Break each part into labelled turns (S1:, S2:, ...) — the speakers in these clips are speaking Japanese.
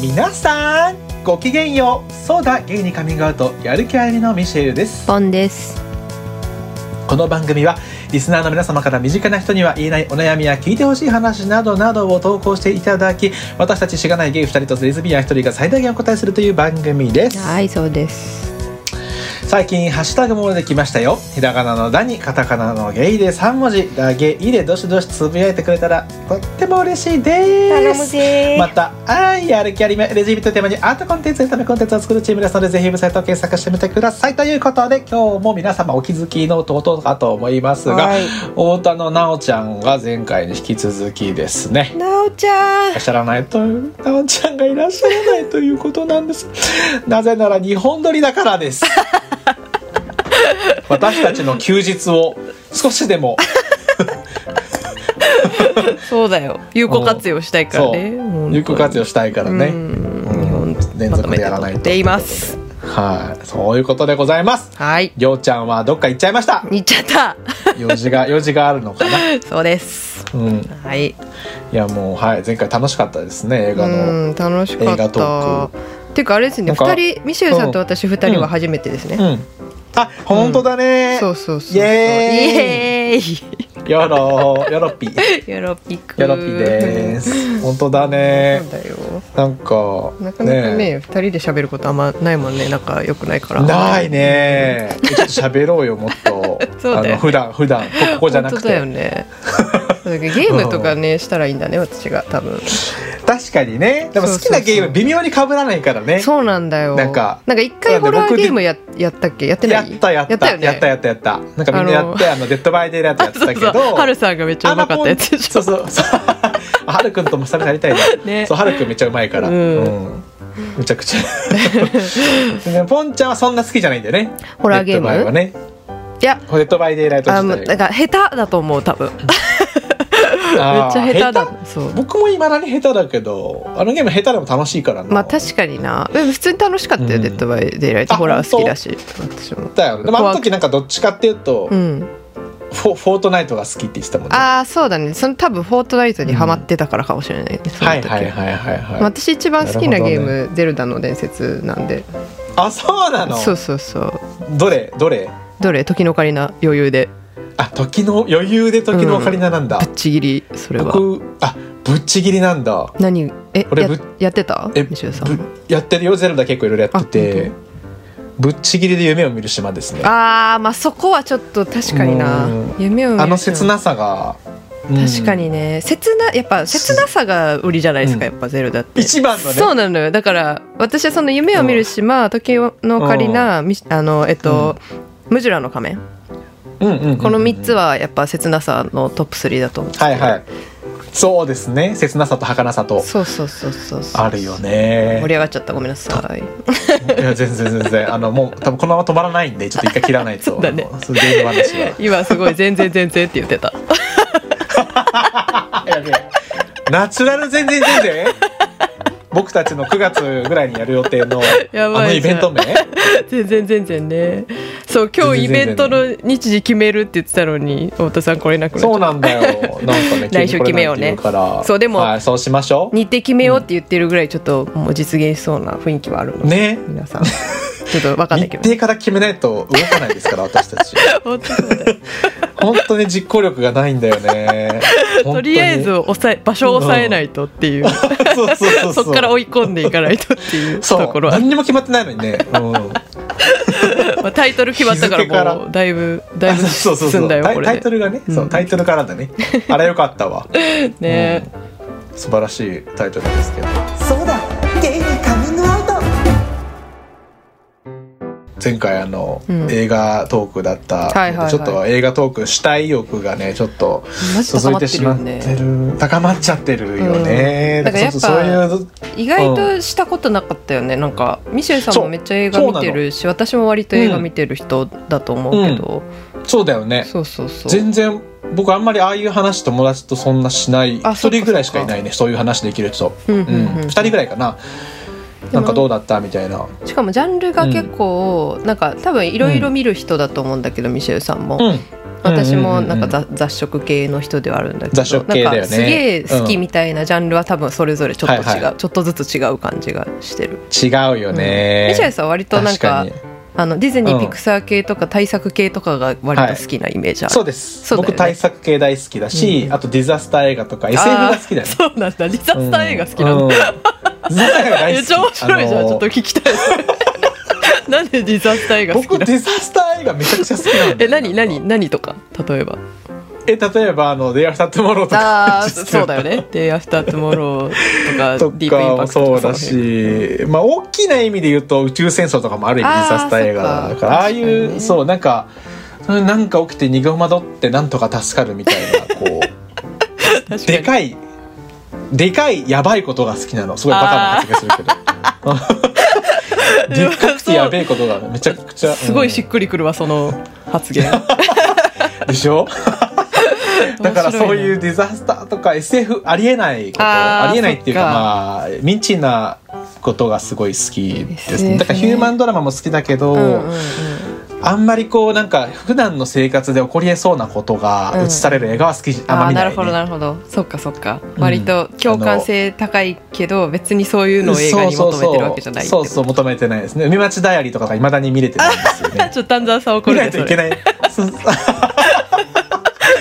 S1: 皆さんごきげんようそうだゲイにカミングアウトやる気ありのミシェルです
S2: ポンです。
S1: この番組はリスナーの皆様から身近な人には言えないお悩みや聞いてほしい話などなどを投稿していただき私たちしがないゲイ2人とレズビアン1人が最大限お答えするという番組です
S2: はい、そうです。
S1: 最近ハッシュタグも出てきましたよひらがなの「だ」にカタカナの「ゲイ」で3文字「だゲイ」でどしどしつぶやいてくれたらとっても嬉しいです
S2: ぜ
S1: また、あい、やる気ありめ、レジビットテーマにアートコンテンツ、エンタメコンテンツを作るチームですので、ぜひウェブサイトを検索してみてください。ということで、今日も皆様お気づきのとかと思いますが、
S2: はい。
S1: 太田のなおちゃんが前回に引き続きですね。
S2: なおちゃん
S1: いら。っしゃらないと、なおちゃんがいらっしゃらないということなんです。なぜなら日本撮りだからです。私たちの休日を少しでも
S2: そうだよ。有効活用したいからね。
S1: 有効活
S2: 用
S1: 用したいから
S2: う
S1: ね。
S2: ん
S1: うん
S2: 日本
S1: 連
S2: ま
S1: 続
S2: とめて
S1: でやら
S2: 撮
S1: ないと
S2: っています。
S1: はい、そういうことでございます。
S2: はい。
S1: りょうちゃんはどっか行っちゃいました。
S2: いっちゃった。
S1: 用 事が、用事があるのかな。
S2: そうです。
S1: うん。い
S2: はい。
S1: や、もう、はい、前回楽しかったですね、映画の。
S2: うん、楽しか
S1: 映画
S2: っ
S1: ト
S2: た
S1: ー。
S2: ていうかあれですね、
S1: なんか
S2: 二人ミシェルさんと私二人は初めてですね。
S1: うん。あ、本当だね。
S2: そうそうそう。
S1: イエ
S2: イエーイ。
S1: よろ、よろぴ。よ
S2: ヨロピク。。
S1: ろぴですす。本当だ
S2: そ
S1: ね
S2: う。だよ。
S1: なんか。
S2: なかなかね、二人で喋ることあんまないもんね、仲良くないから。。
S1: ないね。ちょっと喋ろうよ、もっと
S2: そうだよ
S1: あの、普段、普段、ここここじゃなく
S2: 本当だよ
S1: て。
S2: ねそうだけどゲームとかねしたらいいん だね私が多分
S1: 確かにね。でも、好きなゲーム、微妙に被らないからね。
S2: そうなんだよ
S1: なんか
S2: なんか一回ホラーゲームややったっけやって
S1: や
S2: ない
S1: ったやった
S2: よね
S1: やったやったやったなんかみんなやってあのデッドバイデイラーとやってたけ
S2: そうそう
S1: ど
S2: ハルさんがめっちゃうまかったやつでしょ
S1: そうそうそうハルくんとも久々になりたいな、
S2: ね
S1: そうハルくんめっちゃうまいから、
S2: う
S1: うんんむちゃく ちゃでポンちゃんはそんな好きじゃないんだよね
S2: ホラーゲーム
S1: デッドバイはね
S2: いや
S1: デッドバイデイライト
S2: あも
S1: 自
S2: うなん
S1: 体
S2: か下手だと思う多分めっ
S1: あ
S2: ちゃ
S1: ー
S2: 下手だそう
S1: 僕もいまだに下手だけどあのゲーム下手でも楽しいからな
S2: まあ確かになでも普通に楽しかったよ、
S1: うん
S2: デッドバイデイライト
S1: あ
S2: ホラー好きだし私も
S1: だよねでもあの
S2: 怖く
S1: 時なんかどっちかっていうと、
S2: うん
S1: フォフォートナイトが好きって言ってたもんね
S2: ああそうだねその多分フォートナイトにハマってたからかもしれないね、その
S1: はい
S2: 時
S1: はいはいはいはい、
S2: まあ私一番好きな
S1: なる
S2: ゲー
S1: ほど
S2: ム「ゼルダの伝説」なんで
S1: あそうなの
S2: そうそうそう
S1: どれどれ
S2: どれ時のオカリナ余裕で
S1: あ時の余裕で時のオカリナなんだ、
S2: ぶっちぎりそれは
S1: 僕あぶっちぎりなんだ
S2: 何え
S1: 俺
S2: や
S1: ぶっ
S2: やってた
S1: え
S2: 西田さん
S1: ぶ
S2: も
S1: やってるよゼロだ結構いろいろやって
S2: あ
S1: てぶっちぎりで夢を見る島ですねあ
S2: あーまあそこはちょっと確かにな
S1: うん
S2: 夢を見る
S1: の切なさが、うん
S2: 確かにね切なやっぱ切なさが売りじゃないですか、
S1: う
S2: やっぱゼルダって
S1: 一番のね
S2: そうなのよだから私はその夢を見る島時のオカリナみあのえっと、ムジュラの仮面
S1: うんうんうんうん
S2: この3つはやっぱ切なさのトップ3だと思う
S1: はいはいそうですね切なさと儚さと
S2: そうそうそうそうそう
S1: あるよ
S2: 盛
S1: ね
S2: り上がっちゃったごめんなさい
S1: いや全然全然あのもう多分このまま止まらないんでちょっと一回切らないと
S2: そうだね
S1: あのそうゲーム話は
S2: 今すごい全然全然って言ってた
S1: あやべえナチュラル全然全然僕たちの9月ぐらいにやる予定の
S2: や
S1: あ
S2: ばい
S1: のイベント名
S2: 全然全然ねそう今日イ
S1: 全
S2: ベ
S1: 然
S2: ントの日時決めるって言ってたのに太田さん来れなくなっちゃった
S1: そうなんだよ。なんか ね、
S2: 来週決めようね
S1: 急に来れないって言から
S2: そうでも
S1: はい、そうしましょ
S2: 日程決めようって言ってるぐらいちょっともう実現しそうな雰囲気はあるの
S1: う。
S2: で、
S1: ね。
S2: 皆さんちょっと分かんない
S1: 日
S2: けど
S1: 程から決めないと動かないで すから、私たち。
S2: 本当そうだよ
S1: 本当に実行力がないんだよね。
S2: とりあえず抑え場所を抑えないとっていう、
S1: 本当に。そうそうそ う
S2: そ
S1: そう。
S2: っから追い込んでいかないとっていう
S1: そ
S2: とこ
S1: う。
S2: ろは、
S1: 何にも決まってないのにね。うん。
S2: まあタイトル決まったか
S1: 日付からら
S2: もうだいぶだいぶ
S1: そうそ う
S2: 進
S1: そ
S2: ん
S1: う。
S2: だ
S1: タ
S2: よこ
S1: イタ
S2: れ
S1: イト
S2: で
S1: ルがね、そうう、
S2: ん
S1: タイトルからだね。あれよかったわ。
S2: ね
S1: うん素晴らしいタイトルですけど。
S3: そうだゲイにカミングアウト
S1: 前回あの、
S2: うん
S1: 映画トークだった、
S2: はいはいはい
S1: ちょっと映画トークしたい欲がねちょっと
S2: マジ高
S1: 続
S2: ま
S1: い
S2: って
S1: て
S2: る
S1: し
S2: よ
S1: まっ
S2: ね
S1: てる高まっちゃってるよね、
S2: うんだからやっぱ
S1: そうそう
S2: 意外としたことなかったよねなんかミシェルさんもめっちゃ映画見てるし私も割と映画見てる人だと思うけど、
S1: そういうそうだよね
S2: そうそうそう
S1: 全然僕あんまりああいう話友達とそんなしない
S2: あ
S1: 一
S2: そっか
S1: 人ぐらいしかいないねそういう話できる人、
S2: うんうん
S1: う
S2: うん
S1: ん二人ぐらいかななんかどうだったみたいな
S2: しかもジャンルが結構、なんか多分いろいろ見る人だと思うんだけど、ミシェルさんも、
S1: うん
S2: 私もなんか
S1: うんうん
S2: ざ雑食系の人ではあるんだけど
S1: 雑食系だよ
S2: な
S1: ね
S2: んかすげえ好きみたいなジャンルは多分それぞれちょっと違う、
S1: はいは
S2: ちょっとずつ違う感じがしてる、
S1: 違うよね、
S2: ミシェルさんは割となん
S1: 確か
S2: か
S1: に
S2: あのディズニ
S1: う
S2: ー
S1: ん
S2: ピクサー系とか大作系とかが割と好きなイメージある、
S1: そうです
S2: そうだよね
S1: 僕対策系大好きだし、
S2: うん
S1: あとディザスター映画とか SF が好きだよね
S2: あーそうなんだ。リザスター映画好きな
S1: うんん
S2: だ。
S1: ディザスター映画大
S2: め
S1: 好
S2: っ
S1: き
S2: ちゃ面白いじゃ
S1: あ
S2: ん。
S1: の
S2: ちょっと聞きたい。なんでリザスター映画好
S1: 僕
S2: き
S1: デ
S2: な
S1: ィザスター映画めちゃくちゃ好きなん だ
S2: え、
S1: よ
S2: 何何何とか例えば。
S1: え例えばあの「デイアフタートゥモロー」とか
S2: ああ、そうだよね。デイアフタートゥモローと
S1: と
S2: かディープイン
S1: か
S2: パ
S1: も
S2: クト
S1: そう
S2: とか
S1: だし、まあ、大きな意味で言うと宇宙戦争とかもある意味
S2: あー
S1: ディザスター映画だ
S2: そっか
S1: か
S2: ら
S1: ああい
S2: 確かに
S1: う
S2: ね
S1: そうなんかうんなんか起きて逃げ惑ってなんとか助かるみたいなこう
S2: その辺。
S1: で
S2: い。
S1: かいでかいやばいことが好きなのすごいバカな発言 するけどでっかくてやべえことがめちゃくちゃ
S2: すごいし
S1: し
S2: っくりくるわその発言。
S1: でしょだからそういううディザスターとか SF ありえないこと
S2: あ
S1: あ
S2: ー
S1: りえないっていうか
S2: そっか
S1: まあ未知なことがすごい好きです、ね、
S2: SF
S1: だからヒューマンドラマも好きだけど、
S2: んうんうん。
S1: あんまりこうなんか普段の生活で起こりえそうなことが
S2: うん
S1: 映される映画は好きじあん
S2: あ
S1: ま
S2: あ
S1: り
S2: な
S1: ない、
S2: る
S1: ね
S2: ほどなるほど。そっかそっか。
S1: うん
S2: 割と共感性高いけど別にそういうのを映画に求めてるわけじゃないって
S1: そ
S2: こ
S1: う
S2: と
S1: そうそうそう求めてないですね海町ダイアリーとかがいまだに見れてないんですよね
S2: ちょっと丹沢さん怒
S1: 見
S2: る
S1: な
S2: で
S1: い
S2: そ
S1: といけ
S2: れ。
S1: ないそう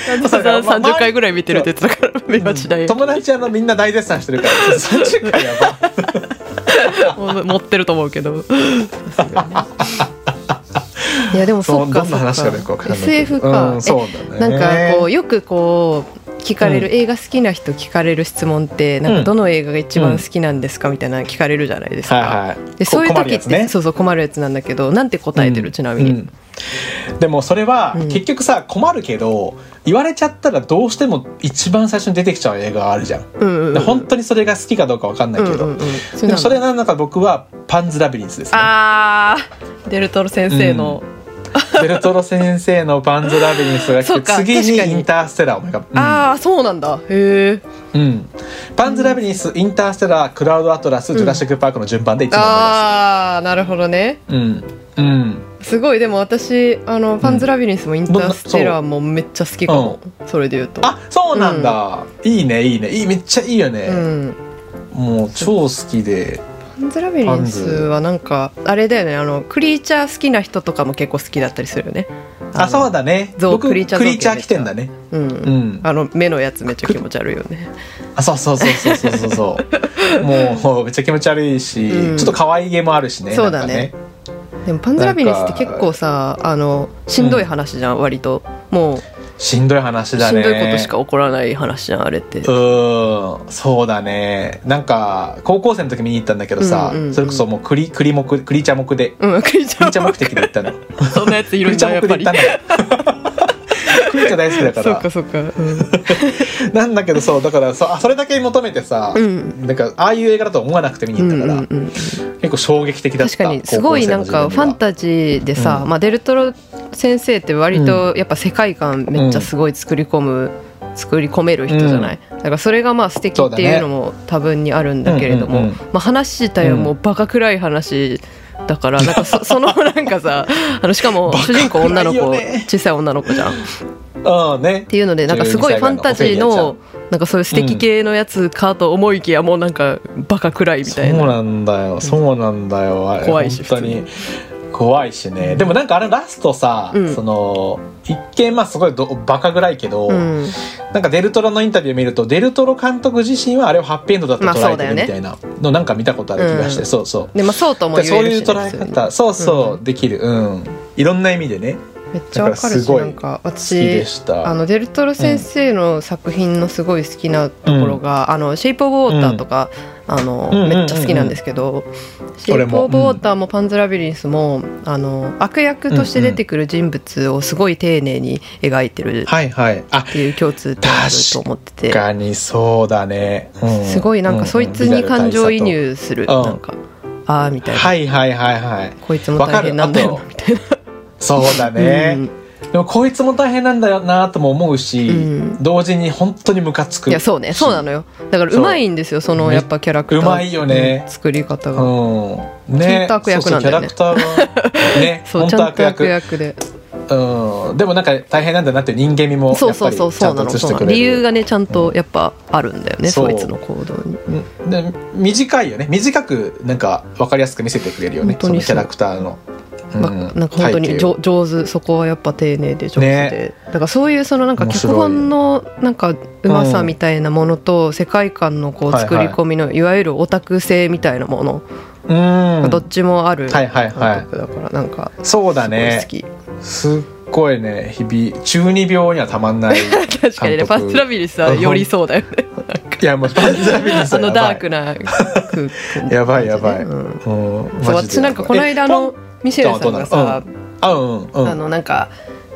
S2: 丹沢さん
S1: まあ
S2: 30回ぐらい見てるって言ってたから、目立ちだよ。
S1: 友達あのみんな大絶賛してるから30回やばい
S2: もう持ってると思うけど。さすがねいやでもそっか
S1: どんな
S2: そ
S1: 話
S2: っ
S1: が出るかわかんないけど
S2: SF か、
S1: うん、
S2: え
S1: そうだね
S2: なんかこうよくこう聞かれる、映画好きな人聞かれる質問ってなん
S1: う
S2: か
S1: ん
S2: どの映画が一番好きなんですかみたいなの聞かれるじゃないですか、
S1: はいはい
S2: で
S1: こ
S2: そういう
S1: 困る
S2: 時
S1: や
S2: って、
S1: つね
S2: そうそう困るやつなんだけどなんて答えてる、
S1: うん
S2: ちなみに、
S1: うんでもそれは
S2: うん
S1: 結局さ困るけど言われちゃったらどうしても一番最初に出てきちゃう映画があるじゃん、
S2: うんうんう
S1: で
S2: ん、
S1: 本当にそれが好きかどうかわかんないけど、
S2: うんうんうんそ
S1: で
S2: れな
S1: も
S2: ん
S1: それ
S2: だ
S1: なんか僕はパンズラビリンスですね
S2: あーデルトロ先生の、
S1: ベルトロ先生のパンズラビリンスが来て
S2: そうか
S1: 次に
S2: 確かに
S1: インターステラーを思い浮かぶうん
S2: ああそうなんだへえ
S1: うんパンズラビリンスインターステラークラウドアトラス、ジュラシック・パークの順番で一番
S2: ああなるほどね
S1: 思いますうんうん
S2: すごいでも私あのパンズラビリンスもインターステラーもめっちゃ好きかも、それで言うと
S1: あそうなんだ、いいねいいねいいめっちゃいいよ
S2: う
S1: ね、
S2: ん
S1: もう超好きで
S2: パンズラビリンスはなんかあれだよねあのクリーチャー好きな人とかも結構好きだったりするよね
S1: あ
S2: の
S1: そうだね
S2: ゾウ
S1: 僕ク
S2: ク
S1: リ
S2: リ
S1: ー
S2: ー
S1: チ
S2: チ
S1: ャ
S2: ャ
S1: ー
S2: ー
S1: 来てんだね
S2: うん、
S1: うん
S2: あの目のやつめっちゃ気持ち悪いよ ね
S1: あそうそうそうそうそうそうそう もうめっちゃ気持ち悪いし、
S2: うん
S1: ちょっと可愛げもあるしね
S2: そうだねでもパンズラビリンスって結構さあのしんどい話じゃん、割ともう
S1: ねしんどい話だ
S2: しん
S1: ね
S2: どいことしか起こらない話じゃんあれって
S1: うーんそうだねなんか高校生の時見に行ったんだけどさ、
S2: うんうんうん
S1: それこそもうクリクリ目クリーチャー目で
S2: うんクリーチ
S1: クリ
S2: ャ
S1: ーチャ
S2: ー
S1: ー
S2: も
S1: 目的で行っ たの
S2: そんなやつい
S1: クリ
S2: るん
S1: ー
S2: じ
S1: チ
S2: ゃん
S1: ャー
S2: やっ
S1: 目
S2: ぱ
S1: 的で
S2: り
S1: 行ったんだよ クリーチャー大好きだか
S2: そっ
S1: ら
S2: かそっか
S1: なんだけどそうだからそうあそれだけ求めてさ、
S2: うん、うん
S1: なんかああいう映画だとは思わなくて見に行ったから、
S2: うんうんうん
S1: 結構衝撃的だった
S2: 確かにすごいなんかファンタジーでさ、
S1: う
S2: まあ、デルトロ先生って割とやっぱ世界観めっちゃすごい作り込む、作り込める人じゃない、だからそれがまあ素敵っていうのも多分にあるんだけれども、
S1: うんうんうん
S2: まあ、話自体はもうバカ暗い話だからなんか そそのなんかさあのしかも
S1: バカ
S2: 主
S1: 暗いよね
S2: 人公女の子、小さい女の子じゃん。っ
S1: ーうんね
S2: ていうのでなんかすごいファンタジーのなんかそういう素敵系のやつかと思いきやもうなんかバカ暗いみたい
S1: そう
S2: な。
S1: なんだよそうなんだよあれ
S2: 怖いし
S1: 本当に怖いしねでもなんかあれラストさ、
S2: うん
S1: その一見まあすごいどバカぐらいけど、
S2: うん
S1: なんかデルトロのインタビュー見るとデルトロ監督自身はあれをハッピーエンドだと
S2: まあ
S1: 捉
S2: そ
S1: え
S2: うだ
S1: て
S2: よ
S1: る
S2: ね
S1: みたいなのなんか見たことある気がして、
S2: うん
S1: そうそう
S2: でまあそうとも
S1: だから
S2: 言
S1: そ
S2: え
S1: う
S2: る
S1: いう
S2: しね
S1: 捉
S2: 普
S1: え
S2: 通に
S1: 方、そうそう、できるうんいろんな意味でね
S2: めっちゃわかる
S1: だからす
S2: し
S1: ごい
S2: なんか
S1: 好きで
S2: 私
S1: した
S2: あのデルトロ先生の作品のすごい好きなところが「あのシェイプ・オブ・ウォーター」とか、あの
S1: うんうんうんうん
S2: めっちゃ好きなんですけど「シェ
S1: 俺
S2: イプ・オ
S1: も
S2: ブ・ウォーター」も「パンズ・ラビリンスも」あの悪役として出てくる人物をすごい丁寧に描いてる
S1: はいはいあ
S2: っていう共通点があると思ってて。
S1: ガにそうだね、うん
S2: すごいなん
S1: う
S2: かそいつに感情移入する、
S1: うん
S2: なんかああみたいな、
S1: はいはいはいはい
S2: こいつも大変なんだよ
S1: わかる
S2: なみたい
S1: そうだ
S2: な、
S1: ね、
S2: うん
S1: でもこいつも大変なんだよなとも思うし、
S2: うん
S1: 同時に本当にムカつく
S2: いやそうねそうなのよだからうまいんですよその
S1: め
S2: やっぱキャラクター
S1: うまいよね
S2: うん作り方が、
S1: うんね
S2: ちゃんと悪役なんだよね
S1: そうそうキャラクターがね
S2: そう
S1: 本
S2: ち
S1: 当
S2: ゃん
S1: 悪
S2: と悪
S1: 役
S2: 役で
S1: うん、でもなんか大変なんだなっていう人間味も
S2: そ
S1: や
S2: う
S1: っ
S2: そ
S1: ぱ
S2: う
S1: り
S2: そう
S1: ちゃ
S2: そうんな
S1: と
S2: の
S1: 映し
S2: そう
S1: て
S2: なの
S1: くれる
S2: 理由がねちゃんとやっぱあるんだよね、
S1: そ
S2: そ
S1: う
S2: いつの行動に
S1: うんで短いよね短くなんか分かりやすく見せてくれるよね
S2: 本当
S1: その
S2: に
S1: キャラクターの、
S2: まあ、なんか本当に
S1: 背景
S2: 上上手そこはやっぱ丁寧で上手で、
S1: ね
S2: だからそういうそのなんか
S1: 面白
S2: 脚
S1: い
S2: 本のなんかうまさみたいなものと世界観のこう
S1: はいはい
S2: 作り込みのいわゆるオタク性みたいなもの
S1: うん
S2: どっちもある
S1: はい
S2: 監
S1: はいはい
S2: 督だからなんか
S1: そうだ
S2: す
S1: ね
S2: ごい好
S1: すっごいね日々中二病にはたま んない
S2: き確かにね
S1: 監督
S2: ファストラビリスはよりそうだよね
S1: いやもうファンザビリス
S2: あ
S1: はやばい
S2: のダークな空間
S1: やばいやばい、
S2: うん
S1: うんマジ
S2: そう
S1: で
S2: 私なんかこの間あ
S1: え
S2: の
S1: ポン
S2: ミシェルさんが
S1: どうな
S2: さ
S1: のあうんうん
S2: あのなんか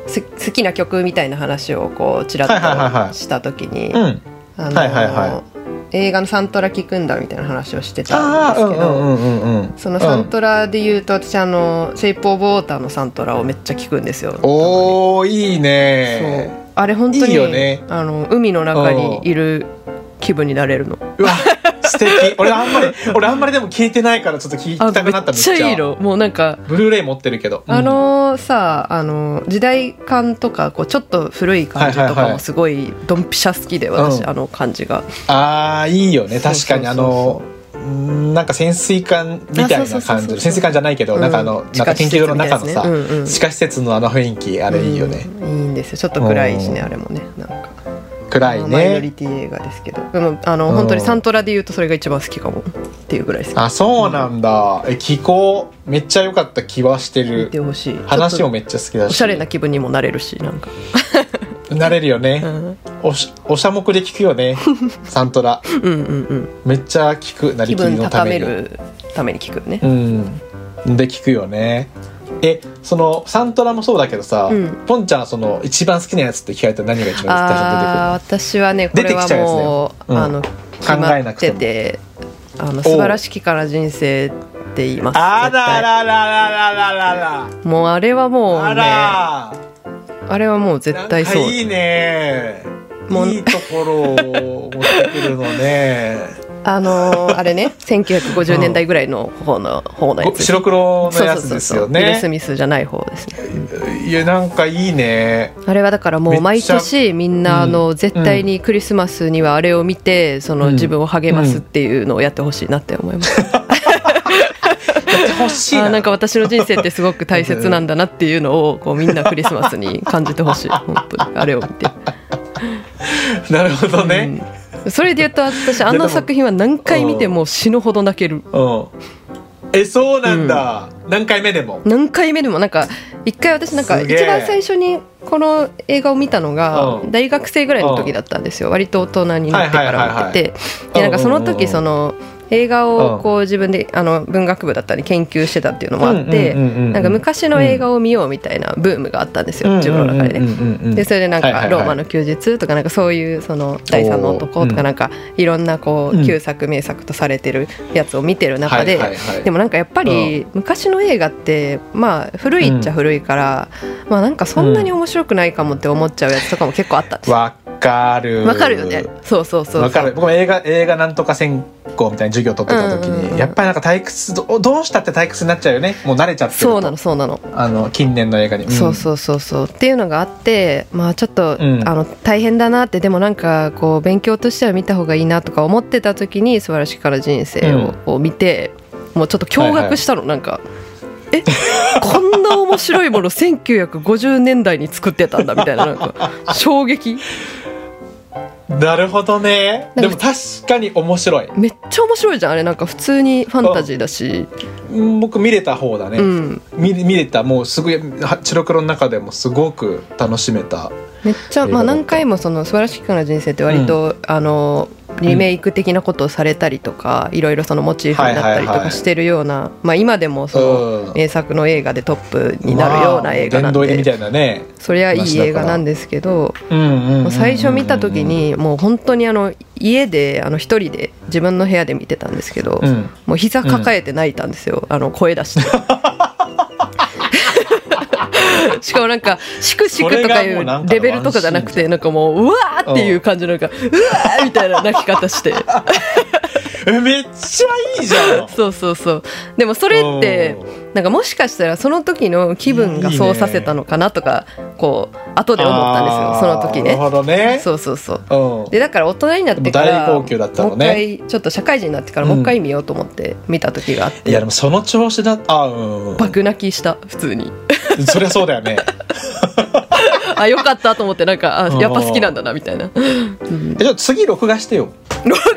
S2: す好きな曲みたいな話をこうちら
S1: はいはいはい
S2: っ
S1: は
S2: と
S1: い
S2: した時に
S1: うん
S2: あの
S1: はいはいは
S2: 映画のサントラ聞くんだみたいな話をしてたん
S1: あ
S2: です
S1: あうん
S2: け
S1: う
S2: ど、
S1: んうんうんうん
S2: そのサントラで言うと私あの「シェイプ・オブ・ウォーター」のサントラをめっちゃ聞くんですよ。
S1: おーいい
S2: そう
S1: ね
S2: あれ本当に
S1: いいよね
S2: あの海の中にいる気分になれるの
S1: うわ素敵俺あんまり俺あんまりでも聞いてないからちょっと聞き
S2: あ
S1: たくなった
S2: めっちゃいいのもうなんか
S1: ブルーレイ持ってるけど、うん
S2: あのさあの時代感とかこうちょっと古い感じと
S1: はいは
S2: か
S1: いは
S2: も
S1: い
S2: すごいドンピシャ好きで私、
S1: うん
S2: あの感じが
S1: ああいいよね
S2: そう
S1: 確
S2: そうそうそう
S1: かにあのうんなんか潜水艦みたい
S2: あそうそうそう
S1: な感
S2: そう
S1: じの潜水艦じゃないけど、
S2: うん
S1: なんかあのなんか研究所の中の
S2: 地下
S1: さ、
S2: 施設みたいですねうんうん
S1: 地下施設のあの雰囲気あれいいよね、
S2: うんいいんですよちょっと暗いしね
S1: うん
S2: あれもねなんか
S1: 暗い
S2: マイノリ
S1: ね
S2: ティ映画ですけどでもあの
S1: うん
S2: 本当にサントラで言うとそれが一番好きかもっていうぐらい好き
S1: あそうなんだ、え気候めっちゃ良かった気はして
S2: 見
S1: る
S2: てほしい
S1: 話も
S2: ちょっ
S1: めっちゃ好きだ
S2: と
S1: し
S2: おしゃれな気分にもなれるしなんか
S1: なれるよね、
S2: うん
S1: おしおしゃもくで聞くよねサントラ
S2: うんうんうん
S1: めっちゃ聞くな
S2: 気
S1: りきり
S2: 分
S1: のた
S2: 高
S1: め
S2: め
S1: に
S2: るために聞くね
S1: うんで聞くよねえそのサントラもそうだけどさ、
S2: うん
S1: ポンちゃんはその一番好きなやつって聞かれたら何が一番最
S2: あー
S1: 初
S2: 私はねこれはも
S1: 出てき
S2: う
S1: ちゃ
S2: あ
S1: うや
S2: の決ま
S1: 考えな
S2: っ
S1: くて
S2: て
S1: も
S2: てあの素晴らしきから人生って言います
S1: 出てくるあら
S2: 絶
S1: ららららららら
S2: 対もうあれはもう
S1: あ
S2: ねあ
S1: ら
S2: れはもう
S1: なん
S2: 絶
S1: か
S2: 対そう
S1: いいね
S2: もう
S1: いいところを持ってくるの ね
S2: あのーあれね1950年代ぐらいの方の方のや
S1: ご
S2: つ
S1: 白黒
S2: そ
S1: の
S2: う
S1: や
S2: そう
S1: つ
S2: そ
S1: で
S2: う
S1: す
S2: そう
S1: よ
S2: ウィル・ス
S1: ね
S2: ミスじゃない方ですね
S1: いやなんかいいね
S2: あれはだからもう毎年みんなあの絶対にクリスマスにはあれを見てその
S1: うん
S2: 自分を励ますっていうのをやってほしいなって思います、
S1: 欲しい
S2: あー
S1: な
S2: なんか私の人生ってすごく大切なんだなっていうのをこうみんなクリスマスに感じてほ しい本当にあれを見て、
S1: なるほどね、
S2: うんそれで言うと私あ
S1: いやで
S2: の
S1: も
S2: 作品は何回見ても死ぬほど泣ける
S1: うん、えそうなんだ、何回目でも
S2: 何回目でもなんか一回私なんか
S1: す
S2: 一
S1: げえ
S2: 番最初にこの映画を見たのが
S1: うん
S2: 大学生ぐらいの時だったんですよ割と大人になってから見ててでなんかその時その映画をこう自分であの文学部だったり研究してたっていうのもあって
S1: うんうんうんうんうん
S2: なんか昔の映画を見ようみたいなブームがあったんですよ自分の中でね。でそれでなん
S1: はいはい
S2: か「
S1: はい
S2: ローマの休日」とかなんかそういうその「第三の男」と
S1: おーう
S2: か
S1: ん
S2: なんかいろんなこ
S1: う
S2: うん旧作名作とされてるやつを見てる中で
S1: はいはいはい
S2: でもなんかやっぱり昔の映画ってまあ古いっちゃ古いからまあなんかそんなに面白くないかもって思っちゃうやつとかも結構あったんですよ。
S1: わかる
S2: わかるよね。そうそうそうそう。
S1: わかる僕も映画映画なんとか専攻みたいな授業取ってた時に、
S2: うんうんうん
S1: やっぱりなんか退屈どどうしたって退屈になっちゃうよねもう慣れちゃってると
S2: そうなのそうなの。
S1: あの近年の映画に、ん
S2: そうそうそうそうっていうのがあってまあちょっと、
S1: うん
S2: あの大変だなってでもなんかこう勉強としては見た方がいいなとか思ってた時に「素晴らしきから人生を」を見てもうちょっと驚愕したの、なんか。えこんな面白いもの1950年代に作ってたんだみたいななんか衝撃
S1: なるほどね
S2: なんか
S1: でも確かに面白い
S2: めっちゃ面白いじゃんあれなんか普通にファンタジーだし、
S1: うん僕見れた方だね、
S2: うん、
S1: 見見れたもうすぐは白黒の中でもすごく楽しめた
S2: めっちゃ、まあ、
S1: 映画だった
S2: 何回もその素晴らしくな人生って割と、あのリメイク的なことをされたりとか、いろいろそのモチーフになったりと
S1: はいはいは
S2: か
S1: い
S2: してるような、まあ、今でもその
S1: うん
S2: 名作の映画でトップになるような映画なん
S1: まあ殿堂入りみた
S2: で、
S1: いなね
S2: そりゃいい映画なんですけど、
S1: うんうんうんうん
S2: もう最初見た時にもう本当にあの家であの一人で自分の部屋で見てたんですけど、
S1: うん
S2: もう膝抱えて泣いたんですよ、あの声出して。 しかもなんかしくしくとかい
S1: それがもうなんか
S2: う
S1: の
S2: レベルとかじゃなくてなんかもううわーっていう感じのなんかうわーみたいな泣き方して
S1: えめっちゃいいじゃ ん
S2: そうそうそうでもそれってなんかもしかしたらその時の気分がそうさせたのかなとかこう後で思ったんですよその時
S1: な
S2: ね
S1: るほどね
S2: そうそうそう
S1: うん
S2: でだから大人になってから
S1: でも大号泣だったのね
S2: もう一回ちょっと社会人になってからもう一回見ようと思って見た時があっ
S1: い
S2: て、
S1: やでもその調子だあうん
S2: 爆泣きした普通に
S1: そりゃそうだよね
S2: あよかったと思ってなんかあ
S1: うん
S2: やっぱ好きなんだなみたいな、うん
S1: え、じゃあ次録画してよ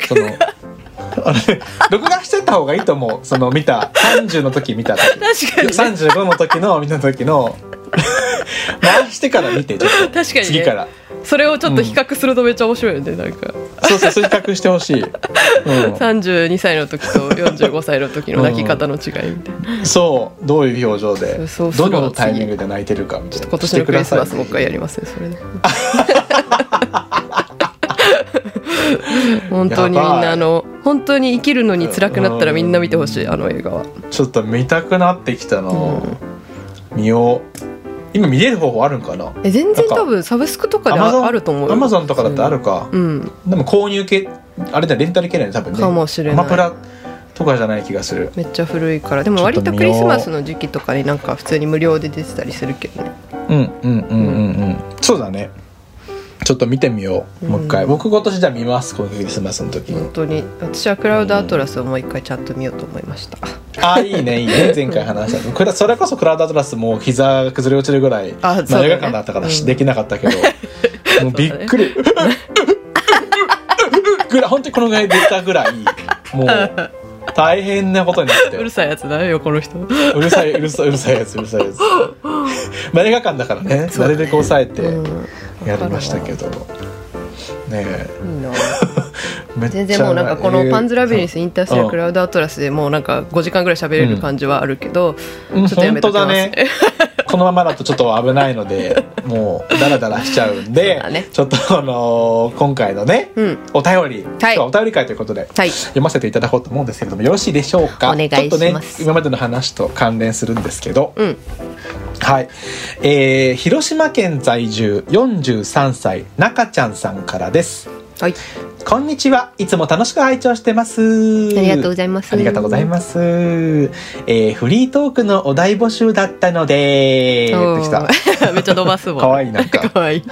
S1: そのあれ録画してった方がいいと思うその見た30の時見 た時
S2: 確かにね
S1: 35の時の見た時の 回してから見てちょっ
S2: 確
S1: と
S2: かに、ね、
S1: 次から
S2: それをちょっと比較するとめっちゃ面白いよねなんか
S1: そうそうそう比較してほし い、う
S2: 32歳の時 と45歳の時の泣き方の違いみたいな、
S1: ん、そうどういう表情で
S2: そうそ
S1: ど
S2: う
S1: のタイミングで泣いてるかみたいな
S2: 今
S1: し
S2: 年
S1: て
S2: のク
S1: く
S2: リ
S1: だ
S2: ス
S1: さい
S2: マスもう一回やりますねそれ ね本当にみん
S1: やばい
S2: なあの本当に生きるのに辛くなったらみんな見てほしいあの映画は
S1: ちょっと見たくなってきたな、
S2: うん
S1: 見よう今見れる方法あるんかな
S2: え全然
S1: なんか
S2: 多分サブスクとかで
S1: Amazon
S2: ああると思うよ
S1: アマゾンとかだってあるか、
S2: うん
S1: でも購入系あれだよレンタル系だよね多分ね
S2: かもしれ
S1: ア
S2: な
S1: マプ
S2: い
S1: ラとかじゃない気がする
S2: めっちゃ古いからでも
S1: ちょっと
S2: 割
S1: 見
S2: と
S1: よう
S2: クリスマスの時期とかになんか普通に無料で出てたりするけどね
S1: うんうんうんうんうんそうだねちょっと見てみようもう一回、
S2: うん
S1: 僕今年じゃあ見ますこのクリスマスの時に、
S2: 本当に私はクラウドアトラスをもう一回ちゃんと見ようと思いました
S1: ああいいねいいね前回話したこれそれこそクラウドアトラスもう膝が崩れ落ちるぐらい、
S2: あそう
S1: ま
S2: だ
S1: あ、
S2: ね
S1: 映画館だったから
S2: うん
S1: できなかったけど、もうびっくりぐらい本当にこのぐらい出たぐらいもう大変なことになって
S2: うるさいやつだよ横の人
S1: うるさいうるさいうるさいやつうるさいやつまあ映画館だからね
S2: そうだね
S1: なるべく抑えて
S2: うん
S1: やりましたけど、ねえ
S2: いい な
S1: めっちゃ
S2: 全然もうなんかこの「パンズ・ラビリンス・インターステラ
S1: う
S2: ー・
S1: ん
S2: クラウド・アトラス」でもうなんか5時間ぐらい喋れる感じはあるけど、
S1: うん
S2: ちょっとやめときます
S1: 本当だこのままだとちょっと危ないのでもうダラダラしちゃうん
S2: そう
S1: で
S2: だね
S1: ちょっとあのー今回のね、
S2: うん
S1: お便り、今日はお便り会ということで、
S2: はい
S1: 読ませていただこうと思うんですけれどもよろしいでしょうか
S2: お願いし
S1: ちょっとね
S2: ます
S1: 今までの話と関連するんですけど、
S2: うん
S1: はい、えー広島県在住43歳中ちゃんさんからです
S2: はい
S1: こんにちは。いつも楽しく拝聴してます。あ
S2: ありがとうございます
S1: ありがとうございます。えーフリートークのお題募集だったので、やってきた。
S2: おー めっちゃ伸ばすもん
S1: 可愛いなんか
S2: 可愛い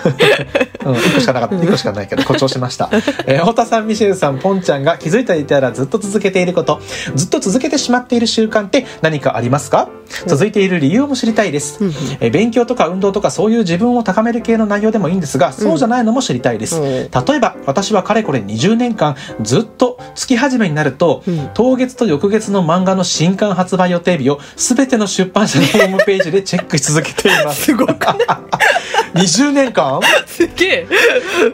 S1: うん、1個しかなかった、1個しかないけど、誇張しました。えー太田さん、ミシェルさん、ポンちゃんが気づいていたらずっと続けていること、ずっと続けてしまっている習慣って何かありますか続いている理由も知りたいです。
S2: うん
S1: えー勉強とか運動とかそういう自分を高める系の内容でもいいんですが、そうじゃないのも知りたいです。
S2: うん
S1: 例えば、私はかれこれ20年間ずっと月始めになると、
S2: うん
S1: 当月と翌月の漫画の新刊発売予定日を全ての出版社のホームページでチェックし続けています。
S2: すごく な
S1: 20年間
S2: すげえ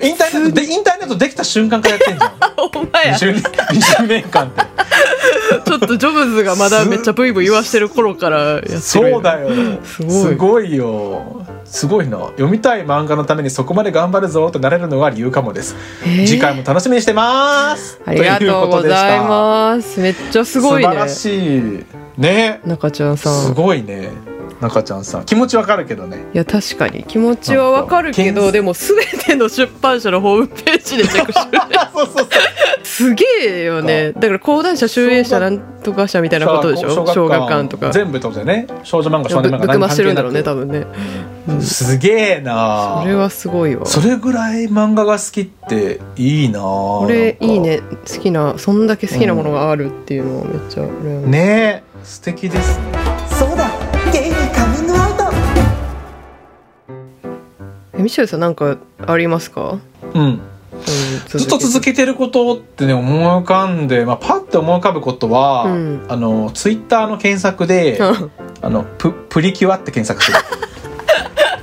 S1: インターネットでインターネットできた瞬間からや ってんじゃん。
S2: お前やち
S1: 20年 ,20 年間って
S2: ょっとジョブズがまだめっちゃブイブイ言わしてる頃からやってる
S1: そうだよ
S2: す
S1: す
S2: ごい
S1: ごいよすごいな読みたい漫画のためにそこまで頑張るぞとなれるのが理由かもです、
S2: へえ
S1: 次回も楽しみにしてます
S2: ありがとうござい
S1: す
S2: ますめっちゃすごい
S1: 素晴
S2: ね
S1: らしいね
S2: 中ちゃんさ
S1: す
S2: ん
S1: ごいね中ちゃんさん気持ちわかるけ どね
S2: いや確かに気持ちはわかるけ
S1: なんか
S2: どでも全ての出版社のホームページでチェック してる
S1: あそうそうそう
S2: すげえよねだから講談社集英社なんとか社みたいなことでしょ小学館とか
S1: 全部ってことだよね少女漫画
S2: ぶ
S1: 少年漫
S2: ぶ
S1: 画
S2: っ回してるんだろうね
S1: 何
S2: 多分
S1: 関
S2: ね
S1: 係なくすげえな
S2: それはすごいわ
S1: それぐらい漫画が好きっていいなこ
S2: これいいね好きなそんだけ好きなものがあるっていうのはめっちゃ羨ましい
S1: ねえ素敵ですね
S3: そうだゲイにカミングアウト
S2: えミシェルさんなんかありますか、
S1: うん
S2: うん、
S1: ずっと続
S2: け
S1: けてることってね思い浮かんで、まあ、パッて思い浮かぶことは、
S2: うん
S1: あのツイッターの検索で
S2: うん
S1: 「あのププリキュア」って検索する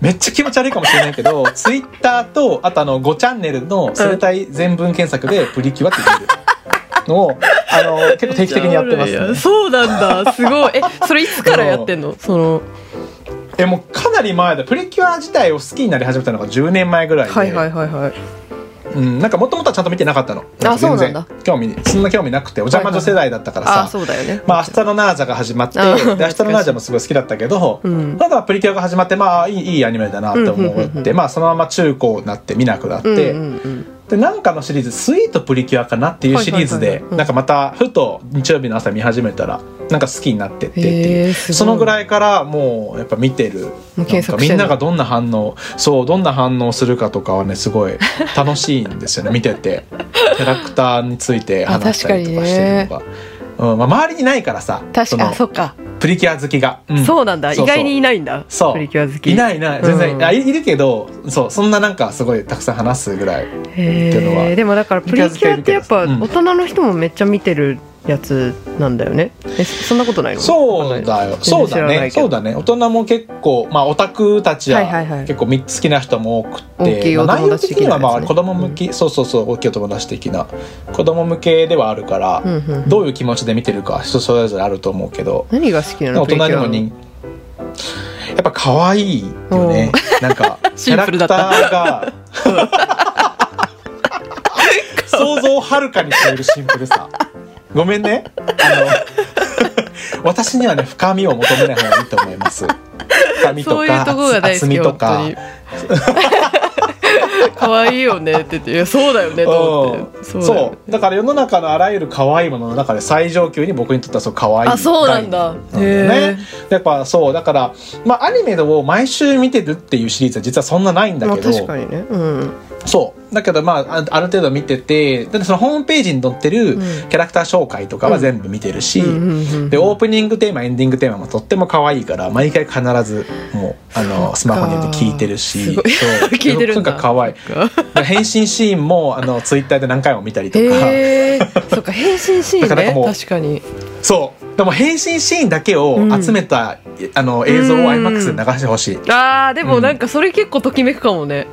S1: めっちゃ気持ち悪いかもしれないけどツイッターとあとあの5チャンネルの生体全文検索で「プリキュア」って出るのをあの結構定期的にやってます、
S2: めちゃおる
S1: ね
S2: やん、そうなん だすごいえそれいつからやってん のその
S1: えもうかなり前だプリキュア自体を好きになり始めたのが10年前ぐらいで、
S2: はいはいはいはい
S1: うん、なんかもともとはちゃんと見てなかったの
S2: あそうなんだ
S1: 全然興味そんな興味なくてお邪魔女世代だったからさ、
S2: あそうだよね
S1: まあ、明日のナージャが始まって、で
S2: あ
S1: 明
S2: ー
S1: 日のナージャもすごい好きだったけど、
S2: うん
S1: ただプリキュアが始まって、まあ、いい、いいアニメだなって思って、
S2: うんうんうんう
S1: まあ、そのまま中高になって見なくなって、
S2: うんうんうん
S1: でなんかのシリーズ「スイートプリキュア」かなっていうシリーズ
S2: はいはいはい
S1: で
S2: はいうん
S1: なんかまたふと日曜日の朝見始めたらなんか好きになってってっていう
S2: へえすごい
S1: そのぐらいからもうやっぱ見てる
S2: もう検索
S1: なんかみ
S2: して
S1: ん
S2: んだ
S1: ながどんな反応そうどんな反応するかとかはねすごい楽しいんで すよね見ててキャラクターについて話したりとかしてるのが。うんまあ、周りにないからさ
S2: 確か
S1: の
S2: あそっか、
S1: プリキュア好きが、うん
S2: そうなんだ
S1: そうそう
S2: 意外にいないんだ
S1: そう
S2: プリキュア好き
S1: いないいない全然、
S2: うん
S1: あいいるけどそうそんななんかすごいたくさん話すぐらい
S2: へ
S1: っていうのは
S2: えでもだからプリキュアってやっぱ
S1: うん
S2: 大人の人もめっちゃ見てるやつなんだよねえそんなことないの
S1: そうだよそうだ
S2: 全然知らな
S1: ね
S2: いけど
S1: そうだね大人も結構まあオタクたちは
S2: はいはいはい
S1: 結構み好きな人も多くて、
S2: 大きい
S1: まあ
S2: お
S1: 内
S2: 友
S1: 容
S2: 達
S1: 的
S2: 的な
S1: には
S2: やつね
S1: まあ子供向き、そうそうそう大きいお友達的な子供向けではあるから、
S2: うんうんうん
S1: どういう気持ちで見てるか人それぞれあると思うけど
S2: 何が好きなの
S1: 大人に
S2: プ
S1: も
S2: リキュアの
S1: 人やっぱ可愛いよねなんかキ
S2: シ
S1: ャ
S2: ン
S1: ラ
S2: プル
S1: クタ
S2: だ
S1: ー
S2: った
S1: が 想像をはるかに超えるシンプルさごめんねあの私にはね深みを求めない方がいいと思います深みと
S2: そういうとこが大
S1: か
S2: 好
S1: 厚
S2: き
S1: み
S2: よ
S1: と
S2: 本
S1: か
S2: 当に 可愛いよねって言っていやそうだよねと思って
S1: うんそうだ,、から世の中のあらゆる可愛いものの中で最上級に僕にとってはそう可愛い
S2: あそうなんだ
S1: 概念なんだよ
S2: へ
S1: ねやっぱそうだからまあアニメを毎週見てるっていうシリーズは実はそんなないんだ
S2: まあ
S1: けど、
S2: 確かにね うん
S1: そうだけどまああある程度見ててだってそのホームページに載ってる
S2: うん
S1: キャラクター紹介とかは全部見てるし、
S2: うんうんうん
S1: でオープニングテーマエンディングテーマもとっても可愛いから毎回必ずもうあのスマホに入れて聞いてるし
S2: すごい
S1: そう
S2: 聞いてるんだ
S1: なんか可愛い
S2: そっか
S1: 返信シーンもあのツイッターで何回も見たりとか、
S2: へえそっか変身シー
S1: だ
S2: ン
S1: からなん
S2: ね
S1: かもう
S2: 確かに
S1: そうでも返信シーンだけを集めた、あの映像を IMAX で流してほしい、
S2: あーで
S1: う
S2: も
S1: ん
S2: なんかそれ結構ときめくかもね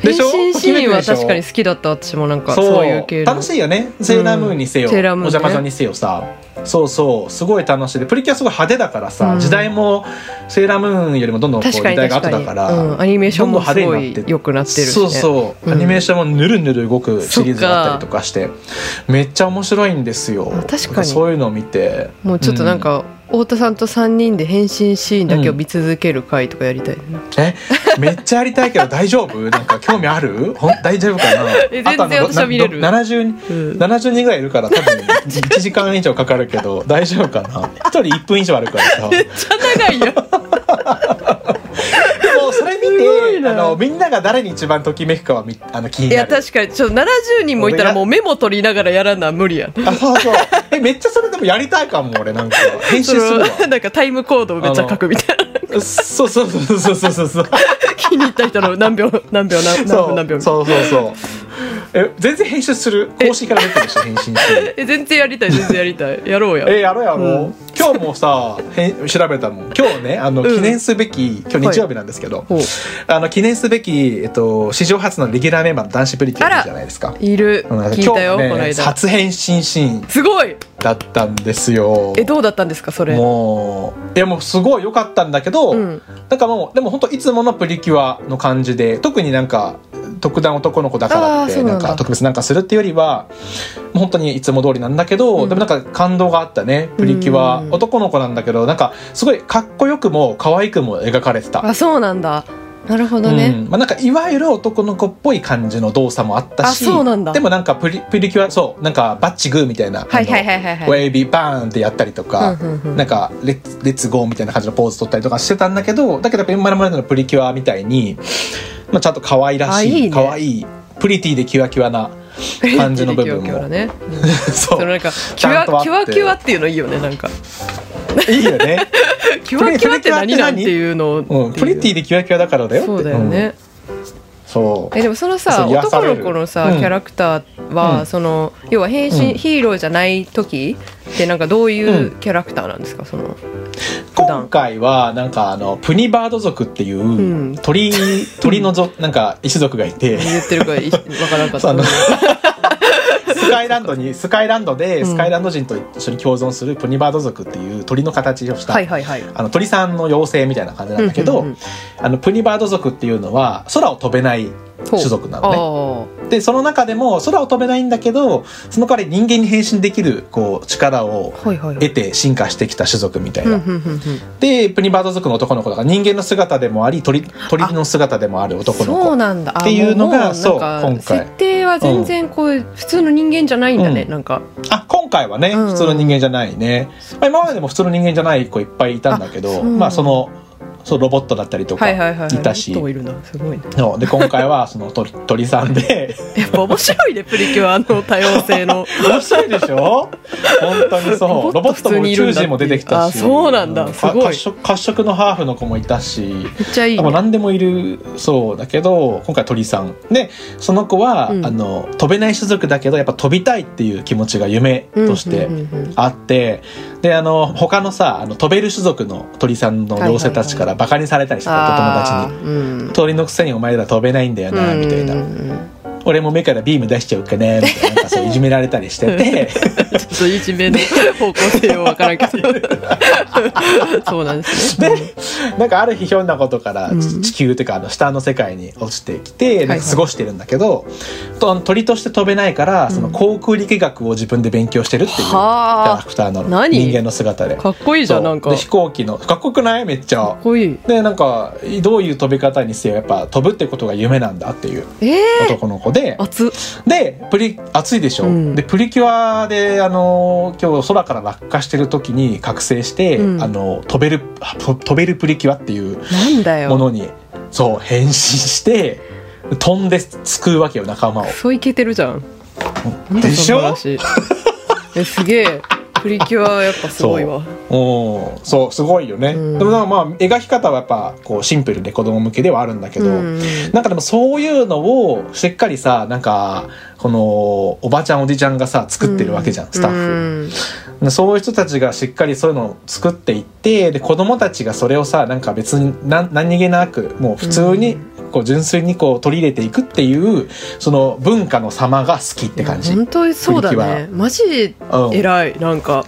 S2: 変
S1: でしょ
S2: 身シーンは
S1: ときめくでしょ
S2: 確かに好きだった私もなんか
S1: そう
S2: そういう系の
S1: 楽しいよねセーラームーンにせよ、
S2: うんセーラー
S1: お
S2: ムーンね
S1: 邪魔女にせよさそうそうすごい楽しいでプリキュアすごい派手だからさ、
S2: うん
S1: 時代もセーラームーンよりもどんどんこう時
S2: 確かに
S1: 代が
S2: 確
S1: 後
S2: か
S1: だ
S2: に、
S1: から
S2: うん、アニメーションもす
S1: どんど
S2: ご
S1: ん派手になっ
S2: い
S1: て
S2: 良くなってるし、ね、
S1: そうそう、
S2: うん
S1: アニメーションもぬるぬる動くシリーズだったりとかしてめっちゃ面白いんですよ
S2: あ確かに
S1: そういうのを見て
S2: もうちょっとなん、か、太田さんと3人で変身シーンだけを見続ける回とかやりたいな、
S1: うんえめっちゃやりたいけど大丈夫なんか興味あるほん大丈夫かな
S2: え全然
S1: あとあの
S2: 私は見れる
S1: なな70人
S2: うん
S1: 70人ぐらいいるから多分1時間以上かかるけど大丈夫かな1人1分以上あるから さで
S2: めっちゃ長いよ
S1: もそれ
S2: ご
S1: 見
S2: い
S1: て
S2: な
S1: あのみんなが誰に一番ときめくかはみあの気に
S2: い
S1: な
S2: や
S1: る
S2: 確かにちょっと70人もいたらもうメモ取りながらやらな無理やん
S1: あそうそうえめっちゃそれでもやりたいかも俺なんか編集するわ
S2: そのなんかタイムコードをめっちゃ書くみたいな
S1: そうそうそうそうそうそうそう
S2: 気に入った人の何秒何秒 何何
S1: そ
S2: 分何秒
S1: うそうそうそうえ全然編集する公式から出てるし編集して
S2: え全然やりたい全然やりたいやろうや
S1: えやろうやろう、
S2: うん
S1: 今日も さへん調べたもん今日ねあの、
S2: うん
S1: 記念すべき今日日曜日なんですけど、
S2: ほう
S1: あの記念すべき、えっと、史上初のレギュラーメンバーの男子プリキュアいるじゃないですか。うん
S2: いる
S1: 今
S2: 聞いたよ、
S1: 日ね
S2: この間
S1: 初変身シーン
S2: すごい
S1: だったんですよ。
S2: えどうだったんですかそれ
S1: もういやもうすごい良かったんだけど、
S2: うん
S1: だからもうでも本当いつものプリキュアの感じで特になんか特段男の子だからっ
S2: あー
S1: て
S2: そう
S1: な
S2: なんんだ
S1: か特別なんかするっていうよりはもう本当にいつも通りなんだけど、
S2: うん
S1: でもなんか感動があったねプリキュア、
S2: うん
S1: 男の子なんだけどなんかすごいかっこよくも可愛くも描かれてた
S2: あそうなんだなるほど
S1: う
S2: ね、
S1: んまあ、なんかいわゆる男の子っぽい感じの動作もあったし
S2: あそうなんだ
S1: でもなんかプリプリキュアそうなんかバッチグーみたいな、
S2: はいはいはいはいはい
S1: あのウェイビーバーンってやったりとか、
S2: うんうんうん
S1: なんかレッツレッツゴーみたいな感じのポーズ取ったりとかしてたんだけどだけどやっぱ今までのプリキュアみたいに、まあ、ちゃんと可愛ら
S2: あ
S1: しい
S2: いいね
S1: 可愛いプリティでキュアキュアな 感じの 部分
S2: キュアキュア
S1: も、
S2: だね、
S1: そ
S2: その
S1: う
S2: なんかキ
S1: ち
S2: ュ
S1: ゃ
S2: ア
S1: んとあって
S2: キュアキュアっていうのいいよねなん か
S1: いいよ ね、
S2: キュアキュアって何なんっていうのを
S1: うん、プリティでキュアキュアだからだよって
S2: そうだよね、
S1: うんそう
S2: えでもそのさ
S1: そう癒さ
S2: 男
S1: れる
S2: の子のさ、
S1: うん
S2: キャラクターは、
S1: うん
S2: その要は変
S1: う
S2: 身、
S1: ん
S2: ヒーローじゃない時ってなんかどういう
S1: う
S2: キャラクターなんですかその段
S1: 今回はなんかあのプニバード族っていう、
S2: ん
S1: 鳥鳥 のぞなんか一族がいて
S2: 言ってるかいわからなかっ
S1: そうあ
S2: た
S1: のスカイランドにスカイランドで
S2: うん
S1: スカイランド人と一緒に共存するプニバード族っていう鳥の形をした、
S2: はいはいはい
S1: あの鳥さんの妖精みたいな感じなんだけど、
S2: うんうんうん
S1: あのプニバード族っていうのは空を飛べない種族なのね。
S2: ほう
S1: でその中でも空を飛べないんだけどその代わり人間に変身できるこう力を
S2: はいはいはい
S1: 得て進化してきた種族みたい
S2: うん
S1: な、
S2: うんうんうん
S1: でプニバード族の男の子とか人間の姿でもあり鳥鳥の姿でもある男の
S2: そう
S1: 子
S2: なんだあ
S1: っていうの
S2: もも
S1: が
S2: なんか
S1: そう今回
S2: 設定は全然こう普通の人間じゃないんだね
S1: うん
S2: なんか
S1: あ今回はね
S2: うん
S1: 普通の人間じゃないね、まあ、今までも普通の人間じゃない子いっぱいいたんだけ
S2: あ
S1: ど
S2: そう
S1: まあそのそうロボットだったりとか
S2: はいはい
S1: い
S2: はいはい
S1: たし、
S2: もっといるなすごいね
S1: そうで今回はその鳥鳥さんで
S2: やっぱ面白いねプリキュアの多様性の
S1: 面白いでしょ本当にそうロ
S2: ロ
S1: ボ
S2: ボ
S1: ッ
S2: ット
S1: トも
S2: 普通
S1: 宇
S2: にいる
S1: 宙
S2: んだっていう
S1: 人も出てきたし
S2: あそうなんだすごい
S1: か褐色褐色のハーフの子もいたし
S2: めっちゃいい
S1: もう
S2: ね
S1: 何でもいるそうだけど今回鳥さんでその子は、
S2: うん
S1: あの飛べない種族だけどやっぱ飛びたいっていう気持ちが夢として
S2: うんうんうんうん
S1: あって、であの他のさあの飛べる種族の鳥さんの妖精たちからバカにされたりしてた、
S2: あ
S1: お友達に。
S2: ーうん
S1: 鳥のくせにお前ら飛べないんだよなみたいな、
S2: うんうんうん
S1: 俺も目からビーム出しちゃうかねみたいななんかそういじめられたりして て
S2: ちょっといじめの方向性をわからんけどそうなんですね
S1: でなんかある日ひょんなことから
S2: うん
S1: 地球というかあの下の世界に落ちてきて
S2: いは
S1: ないんか過ごしてるんだけど、とあの鳥として飛べないからその航空力学を自分で勉強してるっていうキャラ
S2: は
S1: クターなの
S2: 何
S1: 人間の姿で
S2: あ。かっこいいじゃんなん
S1: そう
S2: か
S1: で飛行機のかっこよくないめっち
S2: か
S1: ゃ
S2: っ。こいい
S1: でなんかどういう飛び方にせよやっぱ飛ぶってことが夢なんだっていう
S2: ええ
S1: 男の子で
S2: ー、熱っ
S1: でプリ暑いでしょ、
S2: うん
S1: でプリキュアであのー今日空から落下してる時に覚醒して、
S2: うん
S1: あの飛べると飛べるプリキュアっていう
S2: なんだ
S1: も
S2: よ
S1: のにそう変身して飛んで救うわけよ仲間を
S2: ク。ソイケてるじゃんなんだ
S1: でし
S2: その
S1: ょ
S2: 話えすげえプリキュアはやっぱすごいわ
S1: うんそうすごいよね。
S2: うん
S1: でもなんかまあ描き方はやっぱこうシンプルで子供向けではあるんだけど、
S2: うん
S1: なんかでもそういうのをしっかりさなんかこのおばちゃんおじちゃんがさ作ってるわけじゃん、スタッフ。
S2: うん
S1: そういう人たちがしっかりそういうのを作っていってで子供たちがそれをさなんか別にな何気なくもう普通にこう純粋にこう取り入れていくっていうその文化の様が好きって感じ。
S2: いや本当にそうだ
S1: プリキ
S2: ねマジ
S1: うん
S2: 偉いなんか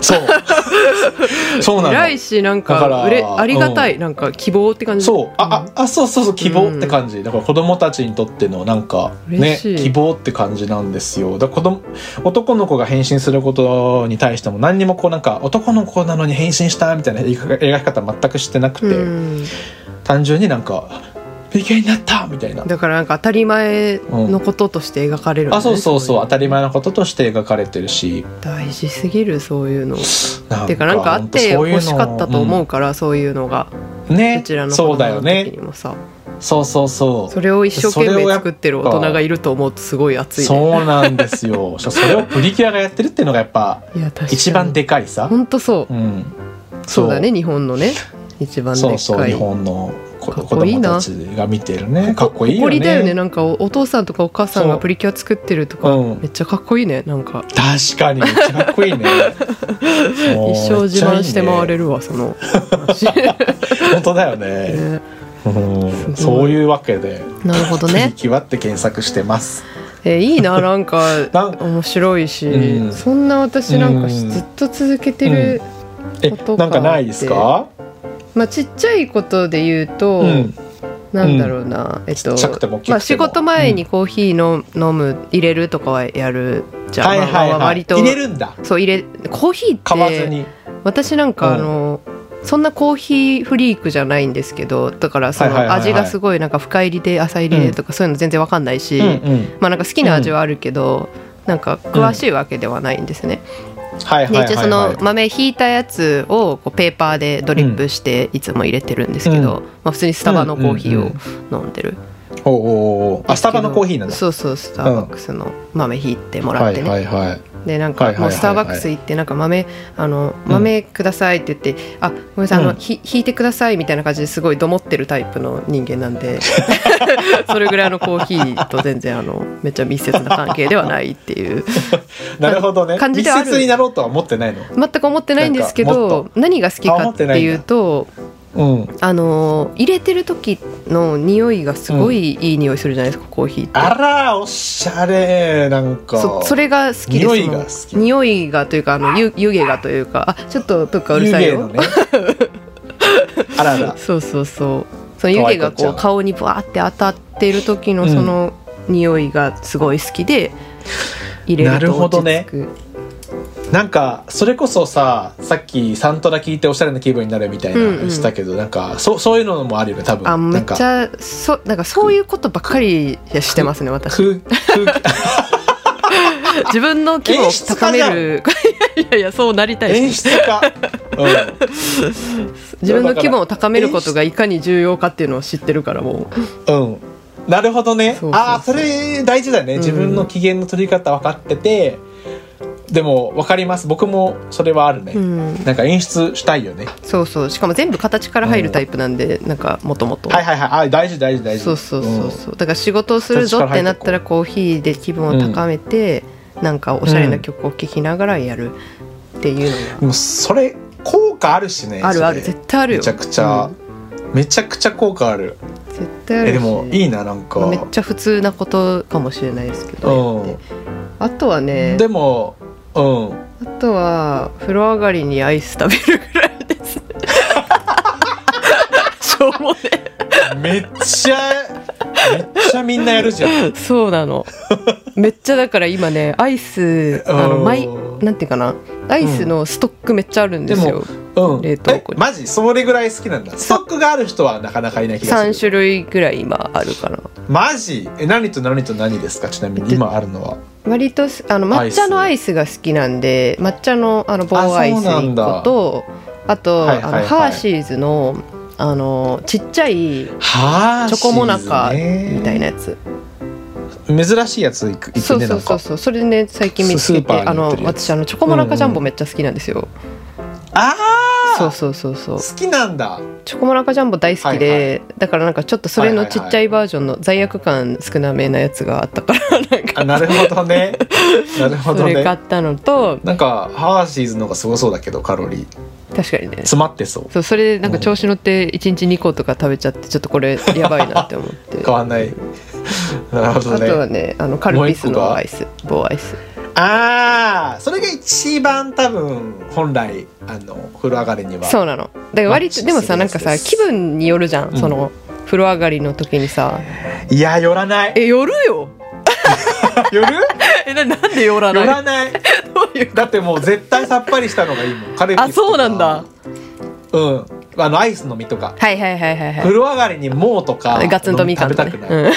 S1: そう そうな
S2: 偉
S1: の
S2: いしなん
S1: だか
S2: からうれありがたいなんか希望って感じ
S1: そうあああそうそうそう希望って感じ、だから子供たちにとってのなんかね
S2: 嬉しい
S1: 希望って感じなんですよだから子供男の子が変身することに対しても何にもこうなんか男の子なのに変身したみたいな描き方全くしてなくて、
S2: うん
S1: 単純になんか「美形になった!」みたいな。
S2: だからなんか当たり前のこととして描かれるんだね
S1: あそうそうそう
S2: い
S1: 当たり前のこととして描かれてるし
S2: 大事すぎるそういうの
S1: な
S2: てかなんかあって
S1: ほんとそういうの
S2: 欲しかったと思うからそういうのが
S1: うんね
S2: うちらの
S1: そうだよ
S2: 子供の時
S1: ね
S2: にもさ
S1: そうそうそう
S2: それを一生懸
S1: それを
S2: 命
S1: やっぱ
S2: 作ってる大人がいると思うとすごい熱いね
S1: そうなんですよ それをプリキュアがやってるっていうのがやっぱ
S2: いや確かに
S1: 一番でかいさ、
S2: 本当そう
S1: うん、
S2: そうだね日本のね一番でっか
S1: そ
S2: い
S1: うそう日本の子
S2: かっ
S1: 子
S2: こいい
S1: 供
S2: な
S1: たちが見てるねかっこいいよ
S2: 誇りだよね
S1: ね
S2: なんかおお父さんとかお母さん
S1: そ
S2: が
S1: う
S2: プリキュア作ってるとか
S1: うん
S2: めっちゃかっこいいねなんか
S1: 確かにめっちゃかっこいいね
S2: 一生自慢して回れ
S1: る
S2: るわその話ね
S1: 本当だよね うんそういうわけで
S2: なるほど
S1: プリ
S2: ね、
S1: キュアって検索してます。
S2: えいいななんか
S1: なん
S2: 面白いし、
S1: うん
S2: そんな私なんかし
S1: うん
S2: ずっと続けてる、
S1: え、
S2: こと
S1: な
S2: か
S1: んかないですか？
S2: まあちっちゃいことで言うと、
S1: うん、
S2: なんだろうな、えっと
S1: ちっちゃくても大きくても
S2: まあ、仕事前にコーヒーの、飲む入れるとかはやるじゃん、
S1: はいは
S2: ま
S1: い
S2: あまあ
S1: は
S2: 割
S1: い。
S2: と
S1: 入れるんだ。
S2: そう入れコーヒー
S1: 買わず
S2: って
S1: に。
S2: 私なんか
S1: うん
S2: あの、そんなコーヒーフリークじゃないんですけどだからそ
S1: はいはい
S2: の
S1: はいはい
S2: 味がすごいなんか深入りで浅入りでとかそういうの全然わかんないし、
S1: うんうん。
S2: まあなんか好きな味はあるけど、なんか詳しいわけではないんですね。
S1: はいはい
S2: で
S1: はい
S2: 一応
S1: は
S2: そ
S1: い。
S2: の豆ひいたやつをこうペーパーでドリップしていつも入れてるんですけど、
S1: う
S2: まあ、普通にスタバのコーヒーを飲んでる、
S1: おうおうおうあスタバのコーヒーなんだ。
S2: そうそうスターバックスの豆ひいてもらってね、
S1: はいはいはい。
S2: でなん
S1: は
S2: か
S1: いはいはい
S2: も
S1: は
S2: う
S1: い
S2: スターバックス行ってなんか豆あの豆くださいって言って、あごめんなさいあの、
S1: うん
S2: ひ引いてくださいみたいな感じですごいどもってるタイプの人間なん でそれぐらいのコーヒーと全然あのめっちゃ密接な関係ではないっていう
S1: なるほどね。
S2: 感じ
S1: 密
S2: ではある
S1: 接になろうとは思ってないの。
S2: 全く思ってないんですけ
S1: なんかも
S2: ど何が好きかっていうと
S1: うん。
S2: あの入れてる時の匂いがすごいいい匂いするじゃないですか、コーヒーって。
S1: あらおしゃれなんか。
S2: そそれが好きです
S1: 匂いが好き
S2: 匂いがというかあの湯湯気がというかあちょっとプッカうる
S1: 湯
S2: さい
S1: 気
S2: よ、
S1: のね。あらら。
S2: そうそうそうその湯気が
S1: 可愛い子ちゃ
S2: こ
S1: ん
S2: う顔にバーって当たってる時の
S1: うん
S2: その匂いがすごい好きで入れ
S1: な
S2: る
S1: る
S2: と
S1: ほど
S2: 落
S1: ね
S2: ち着く、
S1: なんかそれこそささっきサントラ聞いておしゃれな気分になるみたいな
S2: うんうん
S1: 話したけど、なんかそそういうのもあるよね多分
S2: あめ
S1: な
S2: っ
S1: んか
S2: ちゃそなんかそういうことばっかりしてますね 私
S1: 空空気
S2: 自分の気分を
S1: 演出家
S2: 高
S1: じ
S2: め
S1: ゃん
S2: る いやいやいやそうなりたい
S1: 演
S2: です
S1: 出家、
S2: 自分の気分を高めることがいかに重要かっていうのを知ってるからも
S1: うん、うん、なるほどね
S2: そうそうそう
S1: ああそれ大事だね
S2: うん
S1: 自分の機嫌の取り方分かってて、でも分かります僕もそれはあるね、
S2: う、うん、
S1: なんか演出したいよね
S2: そうそうしかも全部形から入るタイプなんで、なんかもともと
S1: はいはいはいあ大事大事大事
S2: そうそうそう
S1: うん
S2: そうだから仕事をするぞってなったらコーヒーで気分を高めて、なんかおしゃれな曲を聴きながらやるっていうの
S1: でもそれ効果あるしね
S2: があるある
S1: それ
S2: 絶対あるよ
S1: めちゃくちゃ、めちゃくちゃ効果ある
S2: うん絶対ある
S1: え
S2: し
S1: でもいいななんか、
S2: まあめっちゃ普通なことかもしれないですけど、
S1: うん
S2: あとはね
S1: でもうん
S2: あとは風呂上がりにアイス食べるぐらいですねしょうもね
S1: めっちゃめっちゃみんなやるじゃん
S2: そうなのめっちゃだから今ねアイスあの
S1: うん
S2: 毎なんていうかなアイスのストックめっちゃあるんですよ、
S1: うん
S2: 冷凍庫
S1: え
S2: に
S1: マジそれぐらい好きなんだストックがある人はなかなかいない気が
S2: 3
S1: する
S2: 種類ぐらい今あるかな
S1: マジえ何と何と何ですかちなみに今あるのは
S2: 割とすあの抹茶のア
S1: ア
S2: イスが好きなんで抹茶のあの棒アイス
S1: あそうなん
S2: 1
S1: だ
S2: 個とあと、
S1: はいはいはい
S2: あのハーシーズのあのちっちゃいチ
S1: はあ
S2: ョコモナカ
S1: シーズンね
S2: みたいなやつ、
S1: 珍しいやついくい
S2: そ
S1: く
S2: う
S1: ね
S2: そ
S1: な
S2: うんそう
S1: か
S2: そうそれでね最近見つ
S1: ス
S2: け
S1: ーパ
S2: て
S1: ー
S2: あ
S1: に売っ
S2: の
S1: てるやつ
S2: 私あのチョコモナカジャンボめっちゃ好きなんですよ、
S1: ああ
S2: そうそうそうそう
S1: 好きなんだ
S2: チョコモナカジャンボ大好きで、だからなんかちょっとそれのちっちゃいバージョンの罪悪感少なめなやつがあったからなんか
S1: あなるほどねなるほど
S2: それ買っ
S1: ね
S2: たのと
S1: なんかハーシーズの方がすごそうだけどカロリー
S2: 確かにね
S1: 詰まってそう
S2: そうそれでなんか調子乗って1日2個とか食べちゃってちょっとこれやばいなって思って
S1: 変わんないなるほ
S2: あ
S1: どね
S2: とはねあのカルピス
S1: もう一個
S2: の
S1: が
S2: アイス棒アイス
S1: ああそれが一番多分本来あの風呂上がりには
S2: そうなのだから割
S1: マッチ
S2: とでもさ
S1: する
S2: な
S1: や
S2: ん
S1: つ
S2: か
S1: です
S2: さ気分によるじゃん、
S1: うん
S2: その風呂上がりの時にさ
S1: いや寄らない
S2: え寄るよ
S1: 寄る
S2: えななんで寄ら
S1: 寄
S2: ない
S1: らない
S2: どういう
S1: だってもう絶対さっぱりしたのがいいもんカルピ
S2: あ
S1: スとか
S2: そうなんだ
S1: うんあのアイスの実とか
S2: はいはいはいはいは
S1: 風呂上がりにもうとか
S2: いガツンとみかんとか、ね
S1: 食べたくない、
S2: うん、
S1: う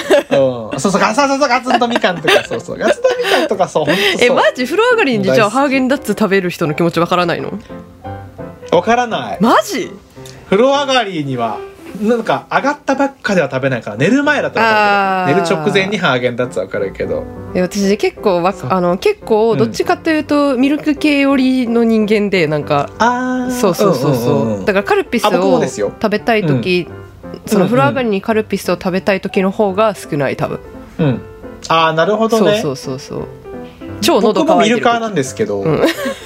S1: ん、そうそうガツンそうそうガツンとみかんとかそうそうガツンとみかんとかそう本当そう
S2: えマジ風呂上がりにじゃ
S1: 大好
S2: あ
S1: き
S2: ハーゲンダッツ食べる人の気持ちわからないの
S1: わからない
S2: マジ
S1: 風呂上がりにはなんか上がったばっかでは食べないから寝る前だったら
S2: あー
S1: 食べる寝る直前にハーゲンダッツはわかるけど
S2: え私結構わか
S1: そう
S2: あの結構
S1: うん
S2: どっちかというとミルク系寄りの人間でなんか、
S1: あ
S2: そうそうそうそう,、だからカルピス
S1: あ僕も
S2: を
S1: ですよ
S2: 食べたい時、その風呂上がりにカルピスを食べたい時の方が少ない多分、
S1: らうんああなるほど
S2: そう
S1: ね
S2: そうそうそう超喉
S1: 僕も
S2: 乾い
S1: ミ
S2: てる
S1: ルカー
S2: 時
S1: なんですけど、
S2: ん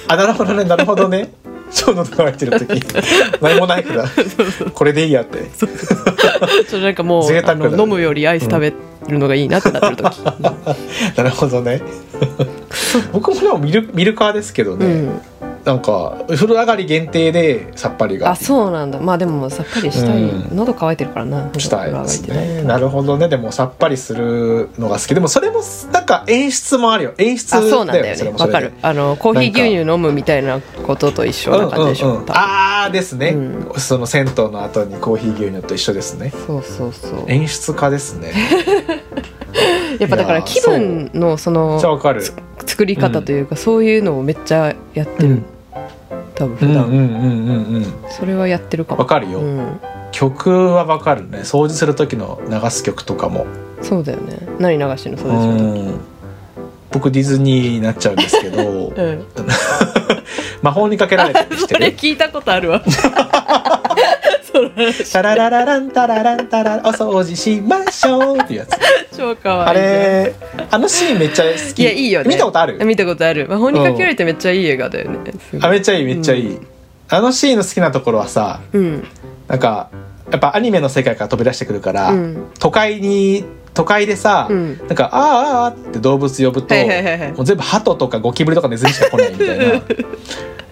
S1: あなるほどねなるほどね超喉乾いてる 時何もないからこれでいいやって
S2: ちょっとなんかもう、
S1: 贅沢
S2: あ
S1: だね
S2: の飲むよりアイス食べるのがいいなってなってる時、
S1: なるほどね僕もでもミルミルカーですけど
S2: う
S1: ね、
S2: ん
S1: なんか風呂上がり限定でさっぱりが
S2: あそうなんだまあでもさっぱりしたい、
S1: うん
S2: 喉乾いてるからな
S1: した
S2: 喉
S1: いで
S2: 乾い
S1: す
S2: てない
S1: ねなるほどねでもさっぱりするのが好きでもそれもなんか演出もあるよ演出
S2: あそうなんだ
S1: そ
S2: よ
S1: れ
S2: ね
S1: もそ
S2: わ
S1: れ
S2: か
S1: で
S2: るあのコーヒー牛乳飲むみたいなことと一緒な感じでしょ、
S1: うんうんうん
S2: 多分
S1: ああですね、
S2: う
S1: その銭湯の後にコーヒー牛乳と一緒ですね
S2: そうそうそう
S1: 演出家です ね
S2: やっぱだか
S1: い
S2: ら
S1: やー
S2: 気分のそ
S1: めっちゃ
S2: の
S1: わかる
S2: 作り方というか、そういうのをめっちゃやってる、多分
S1: う
S2: 普
S1: んうん
S2: 段、
S1: うんうんうん
S2: それはやってるかも
S1: わかるよ
S2: うん、
S1: 曲はわかるね掃除する時の流す曲とかも
S2: そうだよね何流してんのそう
S1: う
S2: ですよね
S1: ん僕ディズニーになっちゃうんですけど
S2: うん、
S1: 魔法にかけられたりし
S2: そ
S1: て
S2: れ
S1: る
S2: 聞いたことある わそれ
S1: タラララランタラランタラお掃除しましょうっ ていうやつ
S2: 超可
S1: あ
S2: 愛いじゃん
S1: れあのシーンめっちゃ好き
S2: いやいいよね
S1: 見たことある
S2: 見たことある魔法にかけられてめっちゃいい映画だよねすご
S1: あ
S2: い
S1: めっちゃいいめっちゃいい、あのシーンの好きなところはさ
S2: うん
S1: なんかやっぱアニメの世界から飛び出してくるから、
S2: うん
S1: 都会に都会でさ、
S2: うん
S1: なんか「あーあーあー」って動物呼ぶと、
S2: はいはいはいはい
S1: もう全部鳩とかゴキブリとかネズミしか来ないみたい な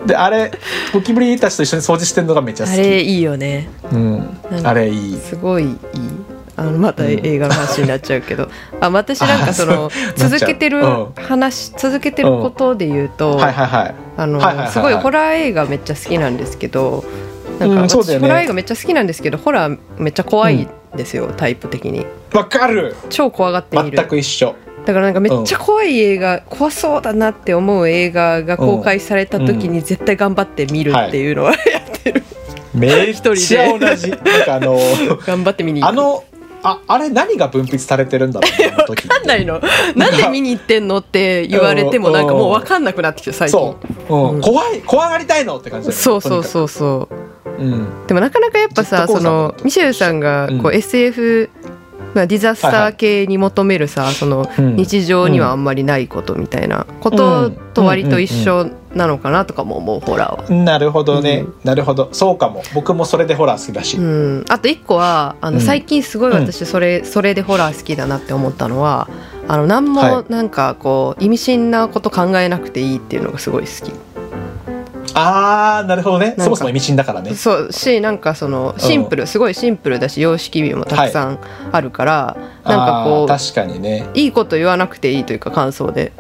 S1: であれゴキブリたちと一緒に掃除してるのがめっちゃ好
S2: あ
S1: き
S2: れいいよね
S1: うん
S2: なんか
S1: あれいい
S2: すごいいいあのまた映画の話になっちゃうけど、あ私なんかその
S1: あそう
S2: 続けてる
S1: なっち
S2: 話続けてることで言うと、
S1: はいはいはい
S2: あの
S1: はいはいはいはい
S2: すごいホラー映画めっちゃ好きなんですけどなんか
S1: うんそう
S2: 私、
S1: だよ
S2: ホ
S1: ね
S2: ラー映画めっちゃ好きなんですけどホラーめっちゃ怖いんですよ、タイプ的に
S1: わかる
S2: 超怖がってい
S1: 全
S2: る
S1: く一緒
S2: だからなんかめっちゃ怖い映画、怖そうだなって思う映画が公開された時に絶対頑張って見るっていうのは、
S1: めっ
S2: 一
S1: ちゃ
S2: 人で
S1: 同じなんかあ の
S2: 頑張って見に行く
S1: あのああれ何が分泌されてるんだろうねあの時って
S2: わかんないのなんで見に行ってんのって言われてもなんかもう分かんなくなってきて 最近
S1: そう、うん
S2: うん
S1: 怖い怖がりたいのって感じだよね
S2: そうそう
S1: と
S2: そうそう
S1: にかくうん
S2: でもなかなかやっぱさ
S1: ジェットコー
S2: そ
S1: スターの
S2: の
S1: こと
S2: ミシェルさんがこ
S1: う
S2: うん SF、まあ、ディザスター系に求めるさ、その
S1: うん
S2: 日常にはあんまりないことみたいなことと割と一緒なのかなとかも思うホラーは。
S1: なるほどね、
S2: うん
S1: なるほどそうかも僕もそれでホラー好きだし、
S2: うん、あと一個はあ
S1: う
S2: の
S1: ん
S2: 最近すごい私それ,、それでホラー好きだなって思ったのはあの何
S1: は
S2: も
S1: い
S2: なんかこう意味深なこと考えなくていいっていうのがすごい好き。
S1: あーなるほどね
S2: か
S1: そもそも意味深だからね
S2: そうしなんかそのシンプルすごいシンプルだし様式美もたくさんあるから、なんかこう
S1: あー確かにね
S2: いいこと言わなくていいというか感想で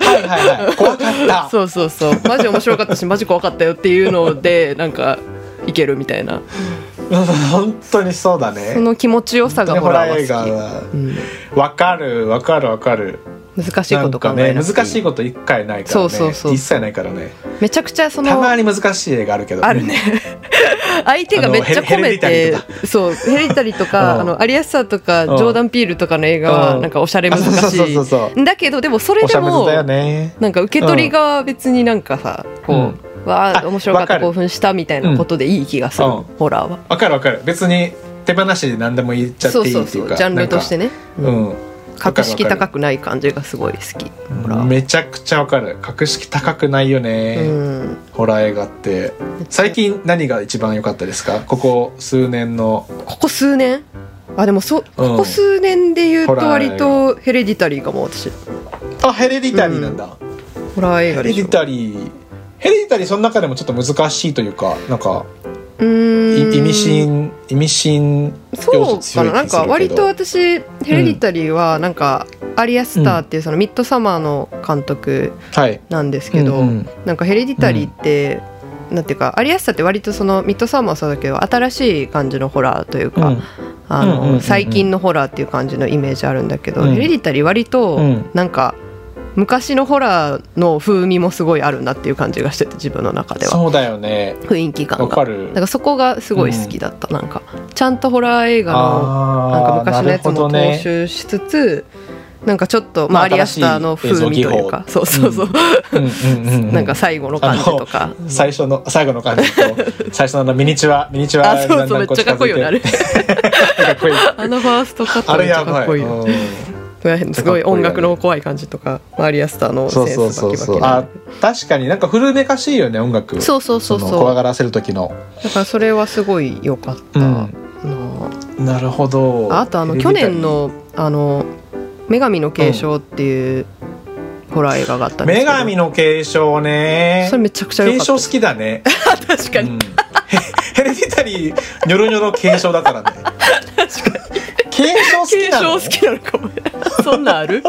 S1: はいはい はい怖かった
S2: そうそうそうマジ面白かったしマジ怖かったよっていうのでなんかいけるみたいな
S1: うん 本当にそうだ
S2: そ
S1: ね
S2: の気持ちよさがホ
S1: ホ
S2: ラー
S1: ラー映画
S2: は
S1: は
S2: 好き、うん、
S1: わかるわかるわかる
S2: 難しい
S1: な
S2: こ
S1: ん
S2: と考
S1: か
S2: え
S1: ね
S2: なくていい
S1: 難しいこと一回ないからね
S2: そうそうそう
S1: 一切ないからね
S2: めちゃくちゃそ
S1: た
S2: の
S1: まに難しい映画あるけど
S2: あるね相手がめっちゃ込めて
S1: あの
S2: そうヘレディタリーと
S1: う
S2: か
S1: ん
S2: あのアリアスターとかジ
S1: うん
S2: ョーダン・ピールとかの映画
S1: う
S2: は
S1: ん
S2: なんかおしゃれ難
S1: あそう
S2: し
S1: そうそうそう
S2: いだけどでもそれ
S1: おし
S2: で
S1: ゃべり
S2: も
S1: だよね
S2: なんか受け取りが別になんかさ、こう、わあ
S1: あ
S2: 面白かっ
S1: わか
S2: た
S1: る
S2: 興奮したみたいなことでいい気がする、
S1: うん
S2: ホラーは。
S1: わかるわかる別に手放しで何でも言っちゃって
S2: そ
S1: い
S2: うそ
S1: いうってい
S2: そうう
S1: か
S2: ジャンルとして
S1: ね
S2: ね、
S1: う
S2: うん
S1: ん
S2: 格式
S1: わかる
S2: 高
S1: わかる
S2: くない感じがすごい好きホラー
S1: めちゃくちゃわかる格式高くないよね、
S2: うん
S1: ホラー映画って最近何が一番良かったですかここ数年の
S2: ここ数年あでもそここ数年で言うと
S1: ホラー
S2: 割とヘレディタリーかも私
S1: あヘレディタリーなんだ、
S2: ホラー映画で
S1: ヘレ
S2: し
S1: デ
S2: ょ
S1: ィタリーヘレディタリーその中でもちょっと難しいというかなんか
S2: う
S1: い
S2: ーん
S1: 意味深意味深
S2: そうかななんか割と
S1: はい
S2: 私ヘレディタリーはなんか、アリアスターっていうそのミッドサマーの監督
S1: はい
S2: なんですけど、
S1: うんうん
S2: なんかヘレディタリーって、なんていうかアリアスタって割とそのミッドサーマーはそうだけど新しい感じのホラーというか、
S1: うん
S2: あの、
S1: うんうんうんうん
S2: 最近のホラーっていう感じのイメージあるんだけど、
S1: うん
S2: ヘレディタリー割と
S1: うん
S2: なんか昔のホラーの風味もすごいあるなっていう感じがしてて自分の中では
S1: そうだよね
S2: 雰囲気感
S1: わ
S2: が
S1: か
S2: だ
S1: る
S2: からそこがすごい好きだった、なんかちゃんとホラー映画の
S1: あー
S2: なんか昔のやつ
S1: なるほど
S2: も
S1: ね
S2: 踏襲しつつなんかちょっと、まあ、
S1: まあ
S2: アリアスターの風味というかそうそうそう、
S1: うんうんうんうん
S2: なんか最後の感じとか
S1: 最初の最後 の感じと最初のあのミニチュアミニチュア
S2: あそうそうめ
S1: だ
S2: っ
S1: んだんこ
S2: ちゃかっこいいよねあれ
S1: 近づいてかっこいい
S2: あのファーストカッ
S1: あ
S2: トめ
S1: れ
S2: っちゃ
S1: や
S2: か
S1: ば
S2: っ
S1: い
S2: こいいよ
S1: うん
S2: すごい音楽の怖い感じとかマリアスターのセ
S1: そう
S2: ンス
S1: そ
S2: バ
S1: うそう
S2: キ
S1: そう
S2: バ
S1: あ確かになんか古めかしいよね音楽
S2: キそうそうそう
S1: の怖
S2: そ
S1: がらせる時の
S2: うだからそれはすごい良かったな
S1: なるほど
S2: ああとあの去
S1: テレビ見たり
S2: 年の「あの女神の継承」っていうホラー映画があったんです
S1: 女
S2: けど
S1: 神の継承ね
S2: それめちゃくちゃ良かっ
S1: 継
S2: た
S1: 承好きだね
S2: 確か
S1: う
S2: に
S1: んヘレディタリーニョロニョロ継承だからね継承好き
S2: 継
S1: なの
S2: 承好きなのかもそんなんある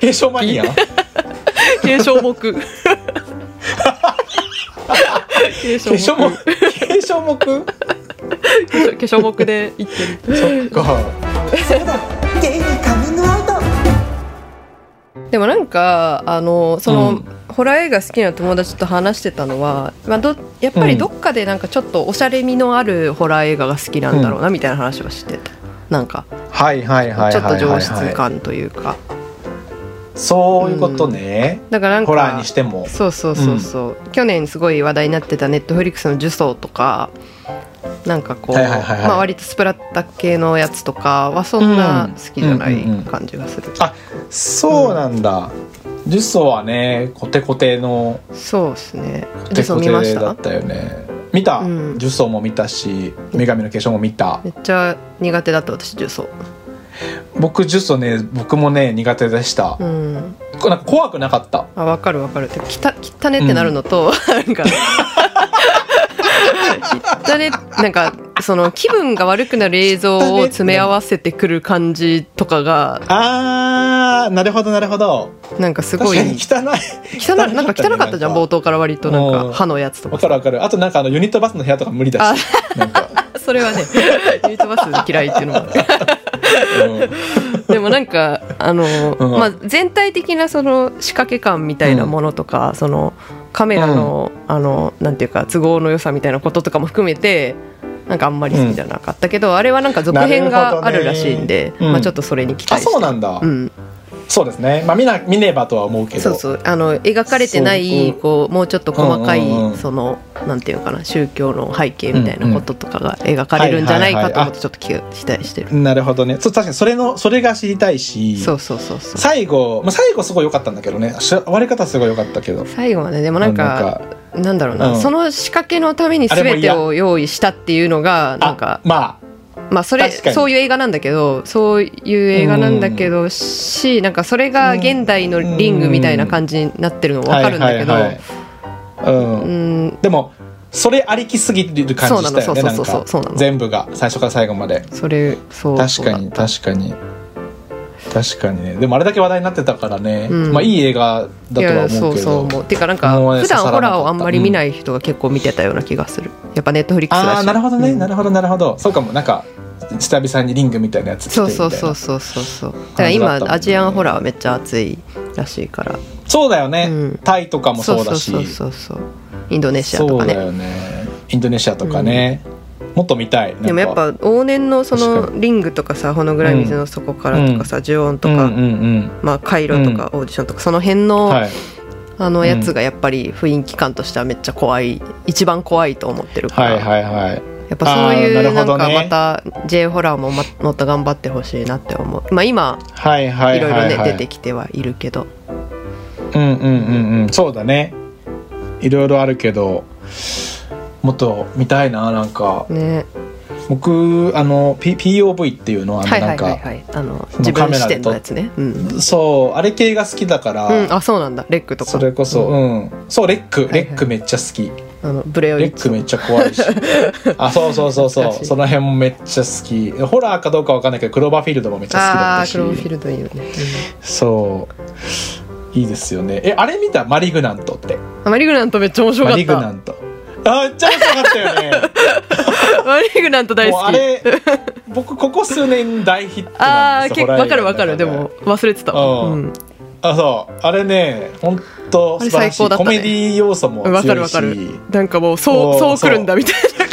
S1: 継承マニア
S2: 継承 木継承
S1: 継承
S2: 木
S1: も継承目
S2: 継承木で行ってる
S1: そっか
S3: そうだゲイにカミングアウト
S2: でもなんかあのその、
S1: うん
S2: ホラー映画好きな友達と話してたのは、まあ、どやっぱりどっかでなんかちょっとおしゃれ味のあるホラー映画が好きなんだろうな、みたいな話はしてたなんか
S1: はいはいはいはいはいはい
S2: ちょっと上質感というか、
S1: そういうことね、
S2: だからなんか
S1: ホラーにしても
S2: そうそうそうそう、去年すごい話題になってたネットフリックスの「呪詛」とかなんかこう、
S1: はいはいはいはい
S2: まあ、割とスプラッタ系のやつとかはそんな好きじゃない
S1: うんうんうん
S2: 感じがする、
S1: あそうなんだジュソはねコテコテの
S2: そうですね
S1: コ
S2: 呪
S1: テ
S2: 詛
S1: コ
S2: 見まし
S1: テだ
S2: た
S1: ったよね見た、
S2: うん
S1: ジュソも見たし女神の化粧も見た
S2: めっちゃ苦手だった私呪詛
S1: 僕ジュソね僕もね苦手でした、
S2: うん
S1: こなんか怖くなかった
S2: あ分かる分かるてかきた汚ねってなるのと、なんか汚ねなんかその気分が悪くなる映像を詰め合わせてくる感じとかが
S1: あーなるほどなるほど
S2: なんかす
S1: 確
S2: ごい
S1: かに汚い
S2: 汚いなんか汚かったじゃん冒
S1: ボート
S2: 頭から割となん
S1: うん
S2: か歯のやつと
S1: わ
S2: か
S1: かるわかるあとなんかあのユニットバスの部屋とか無理だしなんか、
S2: それはね ユニットバス嫌いっていうのもある
S1: う
S2: でもなん かあの、
S1: うん
S2: まあ、全体的なその仕掛け感みたいなものとか、そのカメラの,、あのなんていうか都合の良さみたいなこととかも含めてなんかあんまり好きじゃなかったけど、あれはなんか続編があるらしいんで、
S1: なるほどねうん
S2: まあ、ちょっとそれに期
S1: ん、あ
S2: 待して
S1: そうなんだ、
S2: うん、
S1: そうですねまあ見な見ねばとは思うけど
S2: そうそうあの描かれてない
S1: そう
S2: こうもうちょっと細かい、
S1: うんうんうん
S2: そのなんていうかな宗教の背景みたいなこととかが描かれるんじゃないかと思ってちょっと期待してる、
S1: なるほどねそう確かにそれのそれが知りたいし
S2: そうそうそうそう
S1: 最後、まあ、最後すごい良かったんだけどねし終わり方すごい良かったけど
S2: 最後まででもなん
S1: あ
S2: かなんだろうな、
S1: うん
S2: その仕掛けのために全てを用意したっていうのが
S1: あ
S2: なんか
S1: ま
S2: まあそれ
S1: 確かに
S2: そういう映画なんだけどそういう映画なんだけどしなんかそれが現代のリングみたいな感じになってるの
S1: あ
S2: 分かるんだけど、
S1: はいはいはいうん
S2: うん
S1: でもそれありきすぎる感じした
S2: そ
S1: よね
S2: う
S1: な
S2: なの
S1: ん
S2: そうそうそう
S1: か
S2: そうなの
S1: 全部が最初から最後まで
S2: それそう
S1: 確か
S2: そ
S1: に
S2: うだ
S1: 確かに確かにねでもあれだけ話題になってたからね、
S2: うん
S1: まあいい映画だ
S2: い
S1: とは
S2: やそ
S1: 思う
S2: う
S1: け
S2: そう
S1: ど
S2: 思うてかなんか
S1: もうね
S2: 普段
S1: 刺さらなかった
S2: ホラーをあんまり見ない人が結構見てたような気がするやっぱネットフリックスだし
S1: ああなるほどね、
S2: うん
S1: なるほどなるほどそうかもなんか久々にリングみたいなやつ着て
S2: そ
S1: み
S2: う
S1: たいな
S2: そうそうそうそうそうだから今
S1: 感じだったもんね
S2: アジアンホラーはめっちゃ熱いらしいから
S1: そうだよね、
S2: うん
S1: タイとかもそうだし
S2: そうそうそうそうインドネシアとか
S1: そうだ
S2: ね
S1: よねインドネシアとかね、もっと見たいなんか
S2: でもやっぱ往年のそ
S1: 確
S2: のリングとかさ「ほの暗い水の底から」とかさ「ジュオン」とか、
S1: うんうんうん
S2: まあ、カイロとかオーディションとかその辺の,、
S1: はい、
S2: あのやつがやっぱり雰囲気感としてはめっちゃ怖い一番怖いと思ってるか
S1: は
S2: ら、
S1: いはいはい
S2: やっぱそうい
S1: あーなる
S2: うな
S1: ほ
S2: ん
S1: ど
S2: か
S1: ね
S2: また J ホラーもまもっと頑張ってほしいなって思う、まあ、今
S1: はいはいいは
S2: ろ
S1: い
S2: いろね
S1: はい
S2: 出てきてはいるけど
S1: うんうんうんうんそうだねいろいろあるけどもっと見たいななんか
S2: ね
S1: 僕あの、P、POV っていうのはあの
S2: はい
S1: な
S2: は
S1: ん
S2: い
S1: か、
S2: はいはいあの
S1: その
S2: 自
S1: カ
S2: 分
S1: メラ
S2: 視
S1: で
S2: 点
S1: 撮っ
S2: のやつねうん、うん、
S1: そうあれ系が好きだから、
S2: あそうなんだレックとか
S1: それこそうん、そうレック
S2: はい
S1: レックめっちゃ好き、
S2: あのブレオ
S1: レ
S2: リッ
S1: ッ
S2: チ
S1: クめっちゃ怖いしあそうそうそうそ
S2: 懐か
S1: う
S2: しい
S1: その辺もめっちゃ好きホラーかどうかわかんないけどクローバーフィールドもめっちゃ好きだ
S2: あ
S1: った
S2: あー
S1: し
S2: クローフィールドいいよね、
S1: そういいですよねえあれ見たマリグナントって
S2: うんあマリグナントめっちゃ面白か
S1: マ
S2: った
S1: リグナントあめっちゃ面白かったよね
S2: マリグナント大
S1: もう
S2: 好
S1: あ
S2: き
S1: れ僕ここ数年大ヒット
S2: あ
S1: な
S2: あ
S1: んです
S2: 結構わかるわかるで
S1: ホラー映画の
S2: も
S1: 中
S2: 忘れてたわ
S1: う
S2: うんん
S1: あそうあれね本当素晴らしい、
S2: あれ最高だった
S1: コ
S2: ね
S1: メディ要素も強いし
S2: わかるわかるなんかもうそ
S1: おー
S2: うそう
S1: そう
S2: 来るんだみたい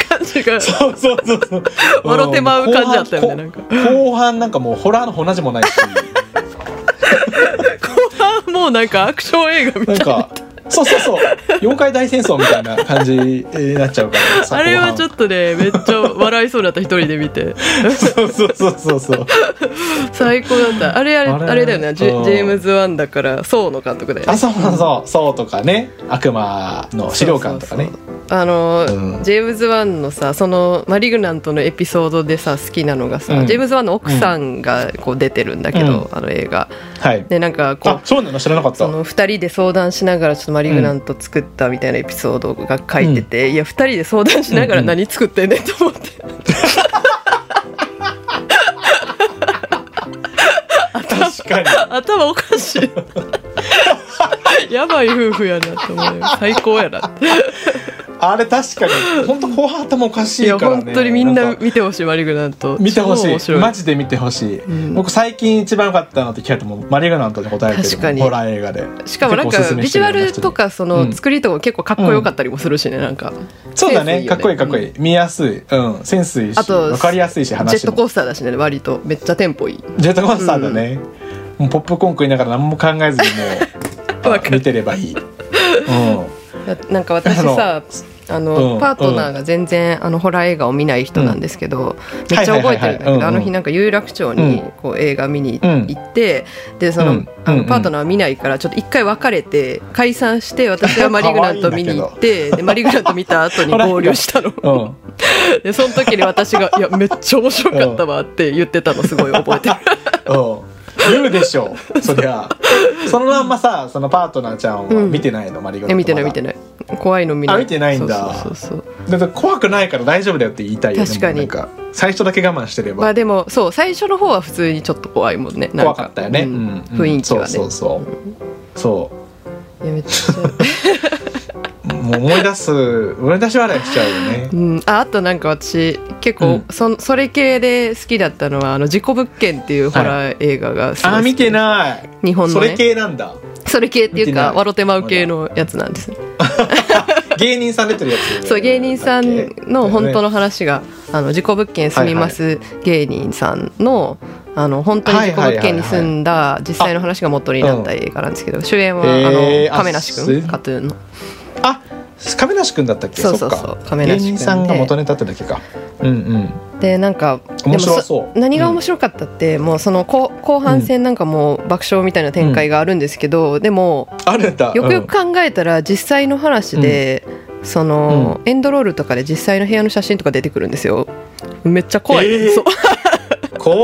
S2: な感じが
S1: そうそうそうそう
S2: 笑ってまう感じだったよね
S1: うん
S2: なんか
S1: 後半こ後半なんかもうホラーの同じもない し
S2: もうなんかアクション映画みた
S1: ない んかそうそうそう妖怪大戦争みたいな感じになっちゃうから さ
S2: あれはちょ
S1: と
S2: っとねめっちゃ笑いそうだった一人で見て
S1: そうそうそうそうそう
S2: 最高だったあれあれ
S1: あ
S2: あ
S1: れ
S2: れだよねジ
S1: うん
S2: ェジェームズ・ワンだからソーの監督だよ
S1: あ
S2: ね
S1: そうそうそうそうとかね悪魔の資料館とかね
S2: そうそうそうあの、
S1: うん
S2: ジェームズ・ワンのさそのマリグナントのエピソードでさ好きなのがさ、
S1: うん
S2: ジェームズ・ワンの奥さんがこう出てるんだけど、あの映画
S1: はい
S2: でなんかこう
S1: あそうなの知らなかった
S2: その2人で相談しながらちょっとマリグナント作ったみたいなエピソードが書いてて、いや2人で相談しながら何作ってんねんと思って、
S1: 確かに
S2: 頭おかしいやばい夫婦やなと思うよ最高やなって
S1: あれ確かに本当後半頭おかし
S2: い
S1: い
S2: や
S1: からね
S2: 本当にみんな
S1: か
S2: 見てほしいマリグナント
S1: 見てほ
S2: 超面
S1: しい
S2: 白
S1: マジで見てほしい、
S2: ん
S1: 僕最近一番良かったなって聞かれてもマリグナントで答えてる
S2: 確
S1: も
S2: か
S1: ん
S2: に
S1: ホラー映画で
S2: しかもなんか
S1: 結構おすすめ
S2: ビ
S1: して
S2: ジ
S1: る
S2: ュ
S1: よ
S2: アルとかそ
S1: うん
S2: の作りとか結構かっこよかったりもするしねなんか、
S1: そうだ
S2: センス
S1: ね
S2: いいよね
S1: かっこいいかっこいい、見やすいうんセンスいいし
S2: あと
S1: 分かりやすいし話も
S2: ジェットコースターだしね割とめっちゃテンポいい
S1: ジェットコースターだね、もうポップコーン食いながら何も考えずにもう
S2: わ
S1: あ
S2: かる
S1: 見てればいい、うん、
S2: いやなんか私 さあの、
S1: うん
S2: パートナーが全然あのホラー映画を見ない人なんですけど、めっちゃ覚えてるんだけど、
S1: はいはいはいはいうんうん
S2: あの日なんか有楽町に
S1: うん
S2: こう映画見に
S1: うん
S2: 行って、でその,、
S1: うん
S2: あ
S1: うんう
S2: の
S1: ん
S2: パートナーは見ないからちょっと一回別れて解散して私はマリグナント見に行ってでマリグナント見た後に合流した の
S1: うん
S2: でその時に私が「いやめっちゃ面白かったわ」って言ってたのすごい覚えてる
S1: うん言うでしょうそりゃそのまんまさそのパートナーちゃんは見てないの、マリグナント
S2: え見てない
S1: ま
S2: 見
S1: だ
S2: てない怖いの見ない
S1: あ見てないんだ
S2: そうそうそうそう
S1: だって怖くないから大丈夫だよって言いたいよね
S2: 確かに
S1: もうなんか最初だけ我慢してれば、
S2: まあでもそう最初の方は普通にちょっと怖いもんねなん
S1: 怖かったよね、
S2: う
S1: うんんうん
S2: 雰囲気はね
S1: そうそうそう、そう
S2: いやめっちゃ
S1: もう思い出す思い出し笑いしちゃうよね
S2: うん、ああとなんか私結構、そそれ系で好きだったのは「あの事故物件」っていうホラー映画がすごい好
S1: あ
S2: き
S1: 見てない
S2: 日本
S1: そ
S2: の、ね、
S1: れ系なんだ
S2: それ系ってい
S1: 見
S2: う
S1: てな
S2: か
S1: い
S2: ワロテマウ系のやつなんです
S1: 芸人さん出てるやつ
S2: そう芸人さんの本当
S1: の
S2: の話が「あの事故物件住みます」芸人さんのあの本当に事故物件に住んだ実際の話が元になった映画なんですけど主演はあ
S1: へー
S2: の
S1: あ
S2: 亀梨君
S1: す
S2: カトゥーンの
S1: あ亀梨君だったっけ
S2: そうそうそう
S1: っか
S2: 亀梨君で
S1: 芸人さんが元ネタってだけかうんうん
S2: でなんかで
S1: 面
S2: も
S1: 白
S2: そ
S1: そう
S2: 何が面白かったって、もうその後後半戦なんかもう爆笑みたいな展開があるんですけど、でも
S1: うんあるんだ
S2: よくよく考えたら実際の話で、その、エンドロールとかで実際の部屋の写真とか出てくるんですよめっちゃ怖い、
S1: えー
S2: そう
S1: うん怖い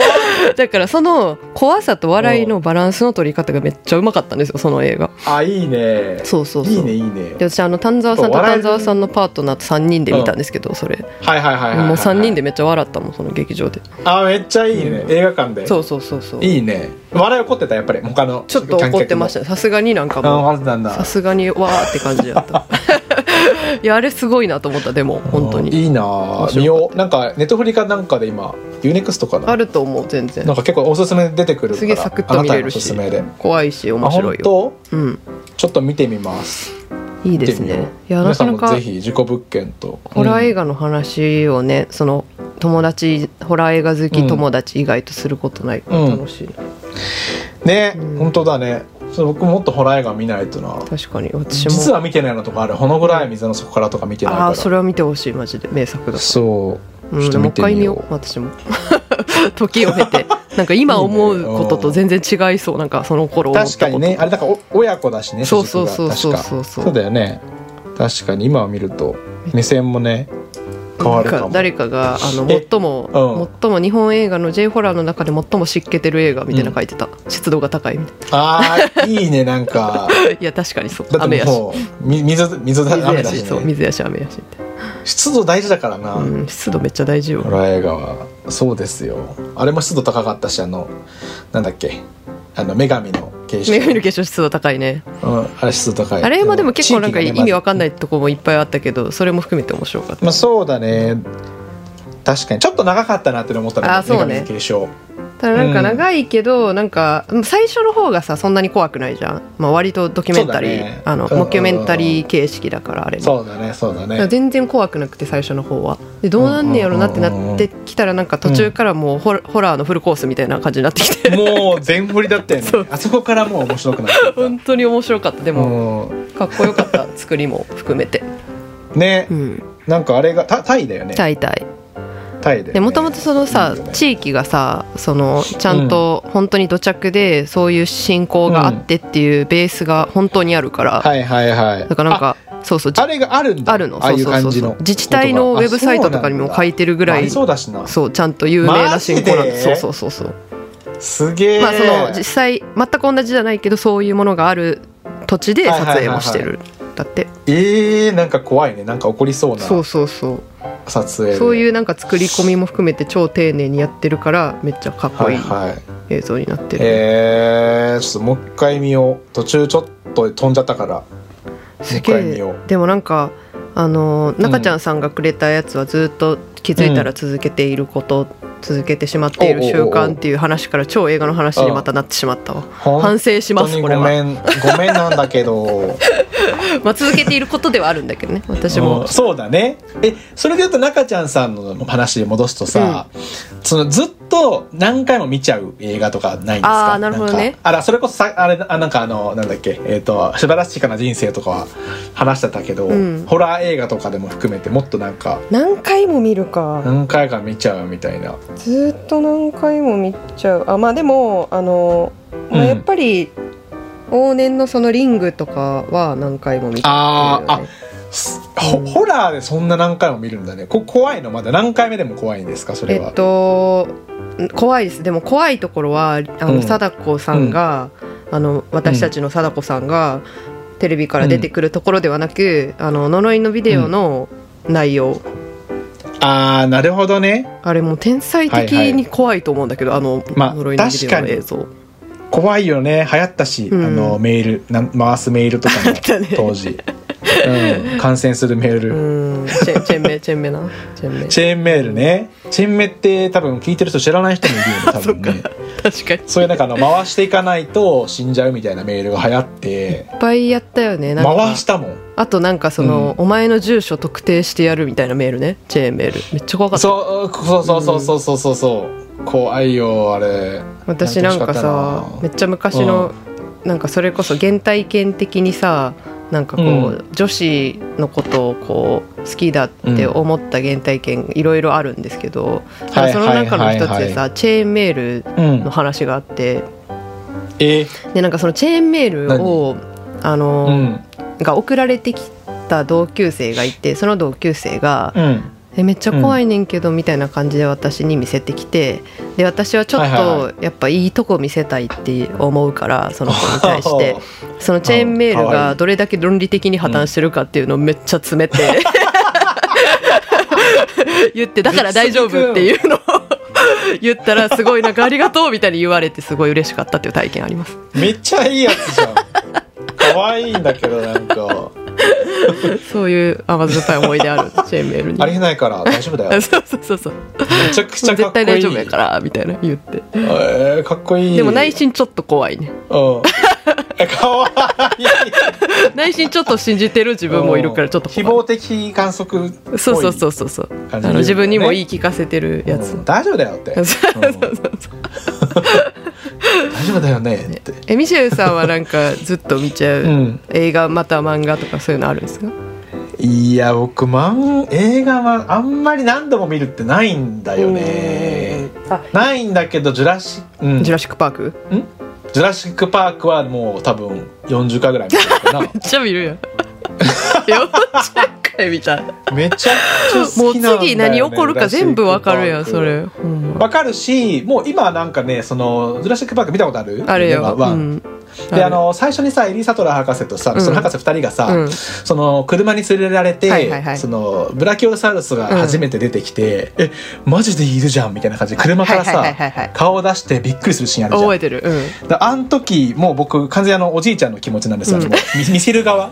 S2: だからその怖さと笑いのバランスの取り方がめっちゃうまかったんですよその映画
S1: あいいね
S2: そうそうそう
S1: いいねいいね
S2: で私あの丹沢さんと
S1: 笑え
S2: 丹
S1: る
S2: 沢さんのパートナーと3人で見たんですけど、それ
S1: はいはいはいはいはい
S2: もう3人でめっちゃ笑ったもんその劇場で
S1: あめっちゃいいね
S2: うん
S1: 映画館で
S2: そうそうそうそう
S1: いいね笑い起こってたやっぱり他の
S2: ちょっと怒ってましたたねさすがになんか
S1: あ
S2: もう
S1: 笑ってたんだ
S2: さすがにわーって感じだった いやあれすごいなと思ったでも本当
S1: うんい
S2: に
S1: いなあ
S2: 面白かった
S1: 見ようなんかネットフリかなんかで今ユーネクストかな
S2: あると思う全然
S1: なんか結構おすすめ出てくるから
S2: すげえサクッと見れるし
S1: あなたのおすすめで
S2: 怖いし面白い
S1: あ
S2: よ、
S1: 本
S2: うん、
S1: 当ちょっと見てみます
S2: いい
S1: 見
S2: で
S1: て
S2: す
S1: みよう
S2: ねいやな
S1: 皆さ
S2: か
S1: ん
S2: な
S1: も
S2: か
S1: ぜひ自己物件と
S2: ホラー映
S1: 画
S2: 画の話をねその友達ホラー映画好き友達以外とすることないから楽しいな、
S1: ね、
S2: うん
S1: 本当だねそう僕もっとホラー映画見ないとな
S2: 確かに私
S1: 実
S2: も
S1: は見てないのとかあるほの暗い水の底からとか見てないから
S2: ああーそれは見てほしいマジで名作だ
S1: そう、
S2: うん、
S1: ちょ
S2: でもう
S1: っと見
S2: 一
S1: て
S2: 回見
S1: み
S2: よ
S1: よ
S2: う
S1: う
S2: 私も 時を経てなんか今思うことと全然違いそうなんかその頃思ったこと
S1: 確かにねあれだからお親子だしね
S2: そうそうそう
S1: 主軸が確か
S2: そうそうそう
S1: そうだよね確かに今を見ると目線もね変わるか
S2: な
S1: も
S2: ん誰かがあの
S1: え
S2: 最も、
S1: うん
S2: 最も日本映画の J ホラーの中で最も湿気てる映画みたいなの書いてた、湿度が高いみたい
S1: あーいいねなんか
S2: ないや確かにそう
S1: だっ
S2: 雨
S1: て
S2: やし
S1: もうみ水水だ
S2: 水
S1: 雨
S2: や
S1: だ
S2: し
S1: し、
S2: そう
S1: ね、
S2: 水やし雨やしみたい
S1: 湿度大事だからな、
S2: な、うん、湿度めっちゃ大事よ
S1: ホラー映画はそうですよあれも湿度高かったしあのなんだっけあの女神の形
S2: 女神の
S1: 式、
S2: 化粧湿度高いね、
S1: うん、あれ湿度高い、
S2: あれもでも結構なんか意味わかんないいとこもいっぱいあったけどそれも含めて面白かった
S1: まあ、そうだね確かにちょっと長かったなって思ったの
S2: あそうね
S1: 女神の継承
S2: ただなんか長いけど、なんか最初の方がさそんなに怖くないじゃん、まあ、割とドキュメンタリー、
S1: そうだね
S2: あの
S1: うんうんうん
S2: モキュメンタリー形式だからあれも
S1: そうだねそうだ
S2: だから
S1: ね
S2: 全然怖くなくて最初の方はでどうなんねやろなってなってきたらなんか途中からもうホラホラーのフルコースみたいな感じになってきて
S1: もう全振りだったよね
S2: そう
S1: あそこからもう面白くなってきた
S2: 本当に面白かったでも
S1: う
S2: かっこよかった作りも含めて、
S1: んね
S2: うん、
S1: なんかあれがタタイだよね
S2: タイタイ
S1: タイだよね
S2: でもともとそのさ
S1: いいよね
S2: 地域がさそのちゃんと本当に土着でそういう信仰があってっていうベースが本当にあるから、
S1: はいはいはい
S2: だからなんかそうそう
S1: ああれがあるんだ
S2: あるの
S1: ああいう
S2: そうそうそう
S1: 感じの
S2: 自治体のウェブサイトとかにも書いてるぐらい
S1: あそうなんだありそうだしな
S2: そうちゃんと有名な信仰なんで
S1: マジ
S2: そう
S1: で
S2: そうそうそう
S1: すげえ、
S2: まあその実際全く同じじゃないけどそういうものがある土地で撮影もしてる、だって
S1: えー、なんか怖いねなんか起こりそうな
S2: そうそうそう、
S1: 撮影で
S2: そういうなんか作り込みも含めて超丁寧にやってるからめっちゃかっこ
S1: はい
S2: いい
S1: はい
S2: 映像になってる、
S1: えー、ちょっともう一回見よう途中ちょっと飛んじゃったから
S2: すげ
S1: もう一回見よ
S2: えでもなんかあのー中ちゃんさんがくれたやつはずっと気づいたら続けていること、続けてしまっている習慣っていう話から超映画の話にまたなってしまったわ
S1: ほん
S2: 反省します
S1: 本
S2: こ
S1: 当
S2: れ
S1: にご
S2: は
S1: めんごめんなんだけど
S2: まあ続けていることではあるんだけ どね 私
S1: う
S2: も
S1: んそうだねえそれで言うと中ちゃんさんの話に戻すとさ、そのずっと何回も見ちゃう映画とかないんですか
S2: あーなるほどね
S1: んかあらそれこそさあれあなんかあのなんだっけえっ、と「素晴らしいかな人生」とかは話してたけど、
S2: うん
S1: ホラー映画とかでも含めてもっとなんか
S2: 何回も見るか
S1: 何回か見ちゃうみたいな
S2: ずーっと何回も見ちゃうあまあでもあの、まあ、
S1: うん
S2: やっぱり、往年のそのリングとかは何回も見てる
S1: あー
S2: よね
S1: すほホラーでそんな何回も見るんだねこ怖いのまだ何回目でも怖いんですかそれ
S2: え
S1: は
S2: っ、とん怖いですでも怖いところはあの、
S1: うん
S2: 貞子さんが、あの私たちの貞子さんが、テレビから出てくるところではなく、あの呪いのビデオの内容、
S1: ああなるほどね
S2: あれもう天才的に怖いと思うんだけど、あの、
S1: まあ
S2: 呪いのビデオの映像
S1: 怖いよね流行ったし、
S2: うん
S1: あのメールなん回すメールとか
S2: あった
S1: も、
S2: ね
S1: 当時、うん、感染するメール、
S2: うんチェチェンメイチェンメイなチェンメイ
S1: チェーンメールねチェーンメって多分聞いてる人知らない人もいる よね多分ね
S2: 確かにいっ
S1: そういうなんかあの回していかないと死んじゃうみたいなメールが流行って
S2: ぱいやったよねなんか
S1: 回したもん
S2: あとなんかその、
S1: う
S2: お前の住所特定してやるみたいなメールねチェーンメールめっちゃ怖かった
S1: そうそうそうそうそうそうそうそう怖いよあれ
S2: 私なんかさめっちゃ昔の、なんかそれこそ原体験的にさなんかこう、
S1: う
S2: 女子のことをこう好きだって思った原体験いろいろあるんですけど、
S1: はい
S2: その中の一つでさ、
S1: はいはいは
S2: チェーンメール
S1: うん
S2: の話があって
S1: え
S2: でなんかそのチェーンメールをあの、
S1: うん
S2: が送られてきた同級生がいてその同級生が
S1: うん
S2: えめっちゃ怖いねんけどみたいな感じで私に見せてきてで私はちょっ
S1: はいは
S2: とやっぱいいとこ見せたいって思うからその子に対し て
S1: おー
S2: そのチェーンメール
S1: かわい
S2: が
S1: い
S2: どれだけ論理的に破綻してるかっていうのをめっちゃ詰めて言ってだから大丈夫っていうのを言ったらすごいなんかありがとうみたいに言われてすごい嬉しかったっていう体験あります
S1: めっちゃいいやつじ ゃん可愛いんだけどなんか
S2: そういう甘酸っぱい思い出あるチェーンメールに
S1: ありえないから大丈夫だ よ
S2: そうそうそうそう
S1: めちゃくちゃか
S2: 絶
S1: っこいい
S2: 対大丈夫やからみたいな言って
S1: えー、かっこいい
S2: でも内心ちょっと怖いね
S1: うんえかわいい
S2: 内心ちょっと信じてる自分もいるからちょっと
S1: 希
S2: 怖
S1: 望的観測っぽい
S2: いそうそうそうそうそうあ
S1: 感じるよね
S2: の自分にも言い聞かせてるやつ、
S1: うん大丈夫だよって
S2: そうそうそう
S1: 大丈夫だよねって
S2: えミシェルさんはなんかずっと見ちゃう、
S1: うん
S2: 映画または漫画とかそういうのあるんですか
S1: いや僕漫映画はあんまり何度も見るってないんだよね
S2: あ
S1: ないんだけどジュラシ,、うん、
S2: ジュ
S1: ジ
S2: ラシック・パーク
S1: ュラシック・パークはもう多分40回ぐらい見てるか
S2: めっちゃ見 るやん40回見たい
S1: な めちゃくちゃ
S2: も
S1: 好
S2: う
S1: きなんだよ、ね、
S2: 次何起こるか全部わかるや ん
S1: ジュ
S2: そ
S1: ラシッ
S2: れ、ほん
S1: ク
S2: ま
S1: パークわかるしもう今なんかねそのジュラシック・パーク見たことある
S2: ある
S1: ね
S2: よ、
S1: ワン
S2: うん、
S1: であの最初にさエリサトラ博士とさ、
S2: うん
S1: その博士2人がさ、
S2: うん
S1: その車に連れられて、
S2: はいはいはい
S1: そのブラキオサウルスが初めて出てきて「えマジでいるじゃん」みたいな感じで車から
S2: はいはい
S1: さ
S2: はいはいはい
S1: 顔を出してびっくりするシーンあるじゃん
S2: 覚えてるうん
S1: だからあの時もう僕完全にあのおじいちゃんの気持ちなんですよ、
S2: うん
S1: もう見見せる 側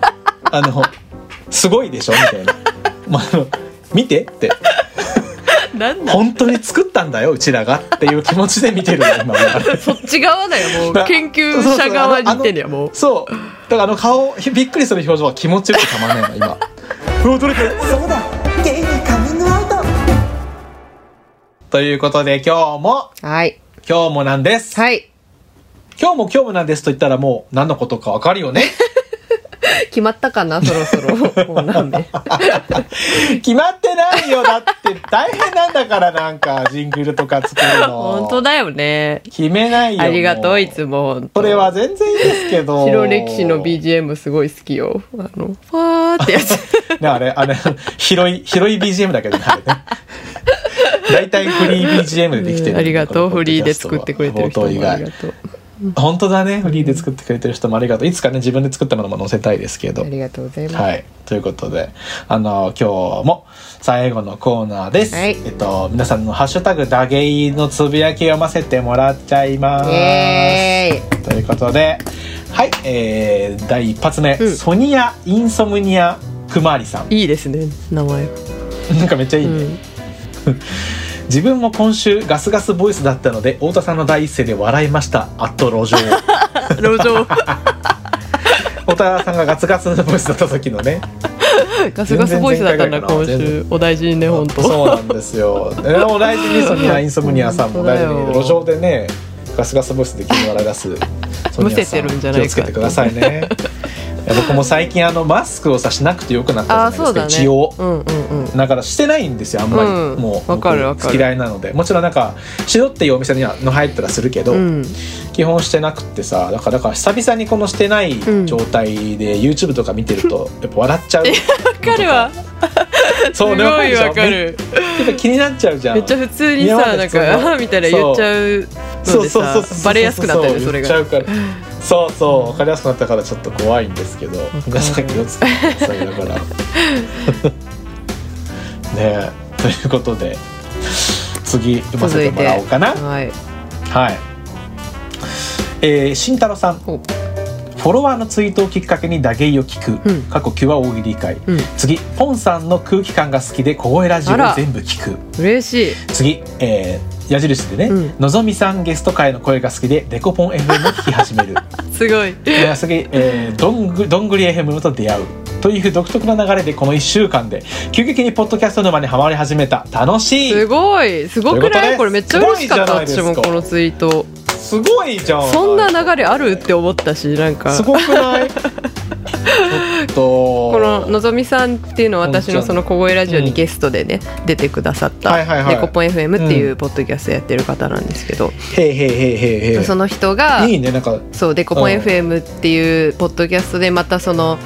S1: あのすごいでしょみたいな、まあ、あの見てって
S2: なんだ
S1: 本当に作ったんだようちらがっていう気持ちで見てるの今は
S2: そっち側だよ も
S1: だ
S2: う研究者側に行ってんねやもう
S1: そうだからあの顔ひびっくりする表情が気持ちよくてたまんない な今うわ取れてる
S3: そうだゲイにカミングアウト
S1: ということで今日も
S2: はい
S1: 今日もなんです、
S2: はい
S1: 今日も今日もなんですと言ったらもう何のことかわかるよね
S2: 決まったかなそろそろ もうなんで
S1: 決まってないよだって大変なんだからなんかジングルとか作るの
S2: 本当だよね
S1: 決めないよ
S2: ありがと
S1: も
S2: ういつも
S1: それは全然いいですけど
S2: 白歴史の BGM すごい好きよあのファーってやつ
S1: ね、あれ、あれ、広い、広い BGM だけどね、あれね。大体フリー BGM でできてる、
S2: ありがとう
S1: この
S2: フリーで作ってくれてる人
S1: 冒頭以
S2: もありがと
S1: 外。
S2: う
S1: 本当だね、フリーで作ってくれてる人もありがとう。いつかね、自分で作ったものも載せたいですけど
S2: あ。りがとうございます
S1: はい。ということで、あの、今日も最後のコーナーです。
S2: はい
S1: えっと、皆さんのハッシュタグ、ダゲイのつぶやき読ませてもらっちゃいます。
S2: イエーイ
S1: ということで、はい、えー、第一発目、
S2: うん
S1: ソニア・インソムニア・クマーリさん。
S2: いいですね名前
S1: なんかめっちゃいいね。
S2: うん
S1: 自分も今週ガスガスボイスだったので太田さんの第一声で笑いましたあっと路 上
S2: 路 上
S1: 太田さんがガツガツのボイスだった時のね
S2: ガスガスボイスだったんだ
S1: 全然前回から
S2: 今
S1: 全然
S2: 週お大事 にね本当
S1: そうなんですよでも大事にソニアインソムニアさんも大事
S2: 本当だ
S1: に
S2: よ
S1: 路上でねガスガスボイスで気に笑い出すソニア
S2: むせ
S1: さ
S2: て
S1: ん
S2: るんじゃないか
S1: 気をつけてくだ さいねいや僕も最近あのマスクをさしなくてよくなった
S2: ああ
S1: じゃな
S2: そ
S1: いう
S2: だ
S1: で
S2: ね
S1: すか、一応
S2: うんうんうん
S1: だからしてないんですよあんまり、
S2: うん
S1: もう
S2: わかるわ
S1: 僕
S2: かる
S1: 嫌いなのでもちろんなんかしろっていうお店にはの入ったらするけど、
S2: うん
S1: 基本してなくってさだからだから久々にこのしてない
S2: うん
S1: 状態で YouTube とか見てるとやっぱ笑っ ちゃう
S2: わかるわすご
S1: そう
S2: い
S1: ね
S2: わか
S1: でも
S2: る
S1: やっぱ気になっちゃうじゃん
S2: めっちゃ普通にさ
S1: 今まで
S2: なん
S1: その
S2: か「ああ」みたいな言っちゃうのでさバレやすくなったよねそれが
S1: 言っちゃうからそうそう分かりやすくなったからちょっと怖いんですけど皆さん気をつけてくださいだから ねえということで次読ませてもらおうかな
S2: はい
S1: はいえー、慎太郎さん
S2: お
S1: フォロワーのツイートをきっかけに打芸を聞く、
S2: うん
S1: 過去9は大喜利会、
S2: うん
S1: 次ポンさんの空気感が好きで小声ラジオを全部聞く
S2: 嬉しい
S1: 次、えー、矢印でね、
S2: うん
S1: のぞみさんゲスト会の声が好きでデコポン FM を聞き始め る
S2: すごい
S1: えー次、えー、どんぐどんぐり FM と出会うという独特な流れでこの1週間で急激にポッドキャスト沼にはまり始めた楽しい
S2: すごいすごく
S1: ということ
S2: な
S1: で
S2: いこれめっちゃ嬉しかった
S1: す
S2: 私
S1: ごいじゃないで
S2: も
S1: すか
S2: このツイート
S1: すごいじゃん
S2: そんな流れあるって思ったしなんか
S1: すご くないちょっと
S2: こののぞみさんっていうのは私のその小声ラジオ
S1: う
S2: に
S1: ん
S2: ゲストでね、出てくださっ
S1: はいはい
S2: た
S1: は
S2: 「
S1: い
S2: デコポン FM」っていうポッドキャストやってる方なんですけど、
S1: へいへいへいへいへい
S2: その人が
S1: いいねなんかうん
S2: そうデコポン
S1: うん
S2: FM っていうポッドキャストでまたその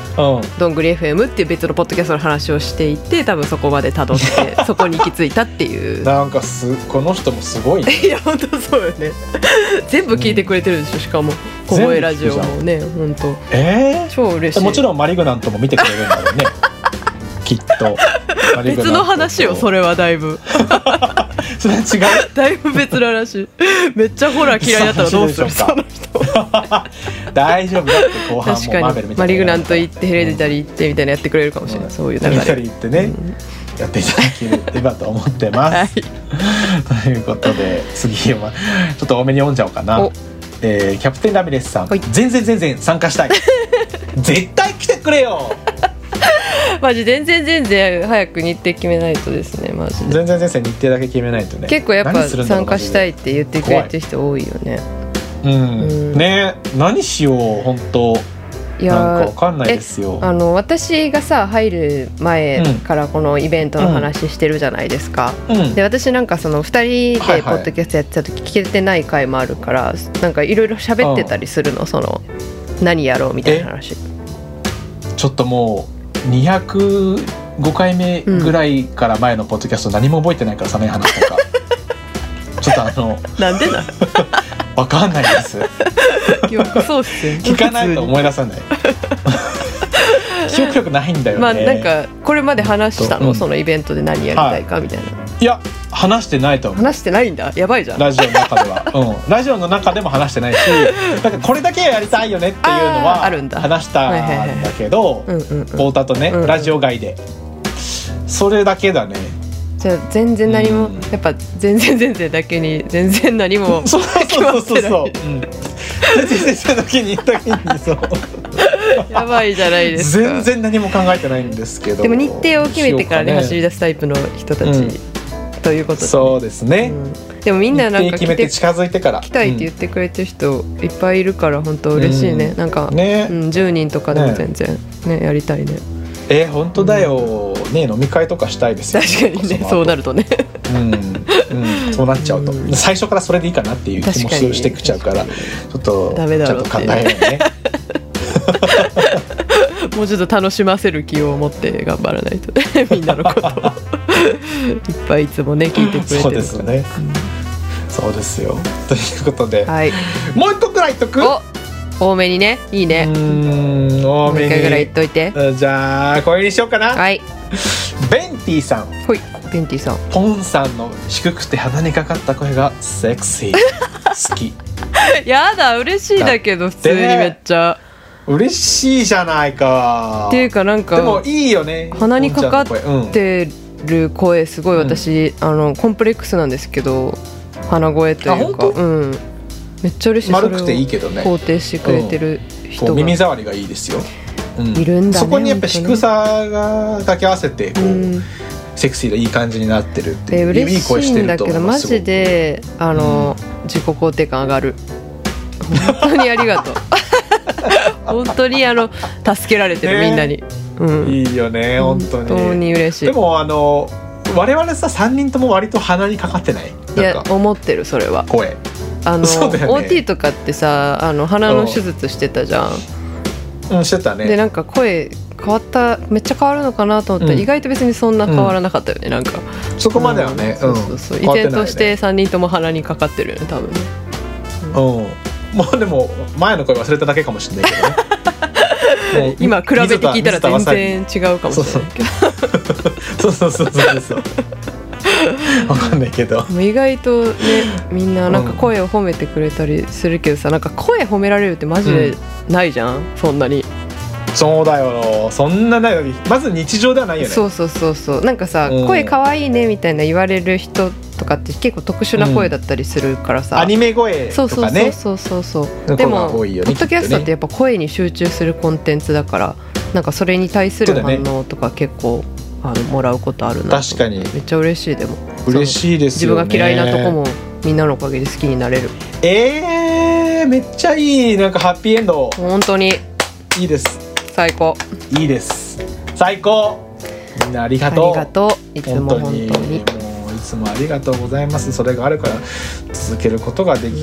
S2: どんぐり FM っていう別のポッドキャストの話をしていて多分そこまでたどって そこに行き着いたっていう
S1: なんかすこの人もすごいね
S2: いや本当そうよね 全部聞いてくれてるでしょしかも小声ラジオもね本当
S1: え
S2: 超嬉
S1: ー、
S2: しい
S1: もちろんマリグナントも見てくれるんだろうね きっとマリグナント
S2: 別
S1: と
S2: の話よそれはだいぶ
S1: それは違う
S2: だいぶ別の話 めっちゃホラー嫌いだったらどうするそ
S1: そ
S2: う
S1: な
S2: の人
S1: 大丈夫だって後半
S2: 確
S1: もマー
S2: か
S1: ベルみ
S2: に
S1: た
S2: マ
S1: いな
S2: リグナント行ってヘレディ
S1: で
S2: タリー行ってみたいなやってくれるかもしれない、そういう流れ
S1: たり行ってね、やっていただければと思って
S2: は
S1: ま
S2: い
S1: す、 ということで次はちょっと多めに読んじゃおうかな
S2: お、
S1: えーキャプテンラミレスさん
S2: はい
S1: 全然全然参 加したい絶対来てくれよ
S2: マジ全然全然早く日程決めないとですねマジで
S1: 全然全然日程だけ決めないとね
S2: 結構やっぱ参加したい
S1: い
S2: って言ってくれてる人多いよね
S1: うん、
S2: うん
S1: ね何しよう本当
S2: い
S1: なんか
S2: や
S1: わかんないですよ
S2: あの私がさ入る前からこのイベントの話してるじゃないですか、
S1: うん
S2: で私なんかその2人
S1: はい
S2: でポ
S1: はい
S2: ッドキャストやってた時聞けてない回もあるから、なんかいろいろ喋ってたりするのその何やろうみたいな話
S1: ちょっともう205回目ぐらいから前のポッドキャスト何も覚えてないからさね話 とかちょっとあの
S2: なんでなの
S1: わかんないです
S2: 記憶喪失
S1: 聞かないと思い出さない記憶力ないんだよね、
S2: まあなんかこれまで話した
S1: う
S2: の
S1: ん
S2: そのイベントで何やりたいかみたいない
S1: や話してないと思う
S2: 話してないんだやばいじゃん
S1: ラジオの中では、うん、ラジオの中でも話してないしだからこれだけはやりたいよねっていうの
S2: あ
S1: は
S2: ーあるんだ
S1: 話したんだけど
S2: うんうんうん
S1: 太田とね、
S2: うん
S1: ラジオ外でそれだけだね
S2: じゃあ全然何も
S1: うん
S2: やっぱ全然全然だけに全然何も
S1: そうそうそう
S2: 決ま
S1: そう
S2: っ
S1: うん先生の時に時にそう
S2: やばいじゃないですか
S1: 全然何も考えてないんですけど
S2: でも日程を決めてからね
S1: どうし
S2: 走り
S1: よ
S2: 出すタイプの人たち、
S1: うん
S2: というこ
S1: う
S2: と
S1: か
S2: で
S1: ねそうですね、
S2: うんでもみんななん
S1: 日
S2: か
S1: 程
S2: 来
S1: 決め
S2: て
S1: て
S2: 来
S1: 近づいてから
S2: たいって言ってくれてる人いっぱいいるから本当嬉しいね、
S1: うん
S2: なんか、
S1: うんね、
S2: うん、10人とかでも全然ねやりたいね
S1: えー本当だよ、ね飲み会とかしたいですよ
S2: 確かにね
S1: の後
S2: そうなるとね
S1: うん、うん、そうなっちゃうと、
S2: うん
S1: 最初からそれでいいかなっていう気も
S2: 確かに
S1: してきちゃうからちょっと
S2: ダメだろうっ
S1: ち
S2: て
S1: ょっと考えよ うね
S2: もうちょっと楽しませる気を持って頑張らないと ねみんなのことをいっぱいいつもね聞いてくれ
S1: そう
S2: て
S1: で
S2: る
S1: す
S2: か
S1: よ
S2: ら
S1: ね、そうですよということで、
S2: はい
S1: もう一個くらい言っとくう
S2: お多めにねいい
S1: ー
S2: ね
S1: ん多
S2: もう
S1: め
S2: 一回ぐらい言っ
S1: に
S2: といて
S1: うんじゃあこれにしようかな、
S2: はい
S1: ベンティさん
S2: ほいベンティ さん
S1: ポンさんの低くて鼻にかかった声がセ クシー好き
S2: やだ嬉しいだけど普通にめっちゃ
S1: 嬉しいじゃないか
S2: っていうかなんか
S1: でもいいよね
S2: 鼻にかかっ
S1: ポンちゃんの声うん
S2: ってる声すごい私、あのコンプレックスなんですけど鼻声とい
S1: あ
S2: うか
S1: 本当
S2: うんめっちゃ嬉しい
S1: 丸くていい
S2: そ
S1: けどね
S2: れを肯定してくれてる人
S1: こ
S2: が、
S1: う耳障りがいいですよ、うん
S2: いるんだね
S1: そこにやっぱ低さが掛け合わせてこう、
S2: うん
S1: セクシーでいい感じになってるってい
S2: で
S1: う
S2: 嬉
S1: 声
S2: しいんだけどマジであの、自己肯定感上がる本当にありが とう本当にあの助けられてる、
S1: ね
S2: みんなに、う
S1: すごく
S2: ん、
S1: いいよね本当に
S2: 嬉しい
S1: でもあの我々さ3人とも割と鼻にかかってない
S2: い
S1: な
S2: や
S1: んか
S2: 思ってるそれは
S1: 声
S2: あの、
S1: そうだよね
S2: OT とかってさあの鼻の手術してたじゃん
S1: うんしてた
S2: で
S1: ね
S2: なんか声変わっためっちゃ変わるのかなと思ったら、
S1: うん
S2: 意外と別にそんな変わらなかったよね、なんか
S1: そ
S2: そ
S1: こまではね、うん
S2: そうそうそう
S1: 変
S2: 依
S1: わって
S2: 然
S1: ないね
S2: として3人とも鼻にかかってるよね多分ね
S1: うんもうでも前の声忘れただけかもしれないけ どねもう
S2: 今比べて聞いたら
S1: 水田水田は
S2: 全然違うかもしれないけど
S1: さそうそうそうそうそうわかんないけど
S2: でも意外とねみんななんか
S1: うん
S2: 声を褒めてくれたりするけどさなんか声褒められるってマジでないじゃん、そんなに、
S1: そうだよそんなないまず日常ではないよね
S2: そうそうそうそうなんかさ、
S1: うん
S2: 声かわいいねみたいな言われる人とかって結構特殊な声だったりするからさ、
S1: アニメ声
S2: そ
S1: と
S2: うそう
S1: か
S2: そう
S1: ね
S2: そうそうそう、
S1: の
S2: で
S1: 子
S2: も
S1: が
S2: ポ
S1: 多いよね
S2: ッドキャストって
S1: きっ
S2: やっぱ声に集中するコンテンツだからなんかそれに対する
S1: そうだ
S2: 反
S1: ね
S2: 応とか結構、あのもらうことあるな
S1: 確かに
S2: めっちゃ嬉しいでも
S1: 嬉しいです
S2: 自
S1: よ
S2: 分
S1: ね
S2: が嫌いなとこもみんなのおかげで好きになれる
S1: えー、めっちゃいいなんかハッピーエンド
S2: 本当に
S1: いいです
S2: 最高
S1: いいです最高みんなあり
S2: あ
S1: が
S2: り
S1: とう
S2: がとういつも本当に
S1: もういつもありがとうございますそれがあるから続けることができ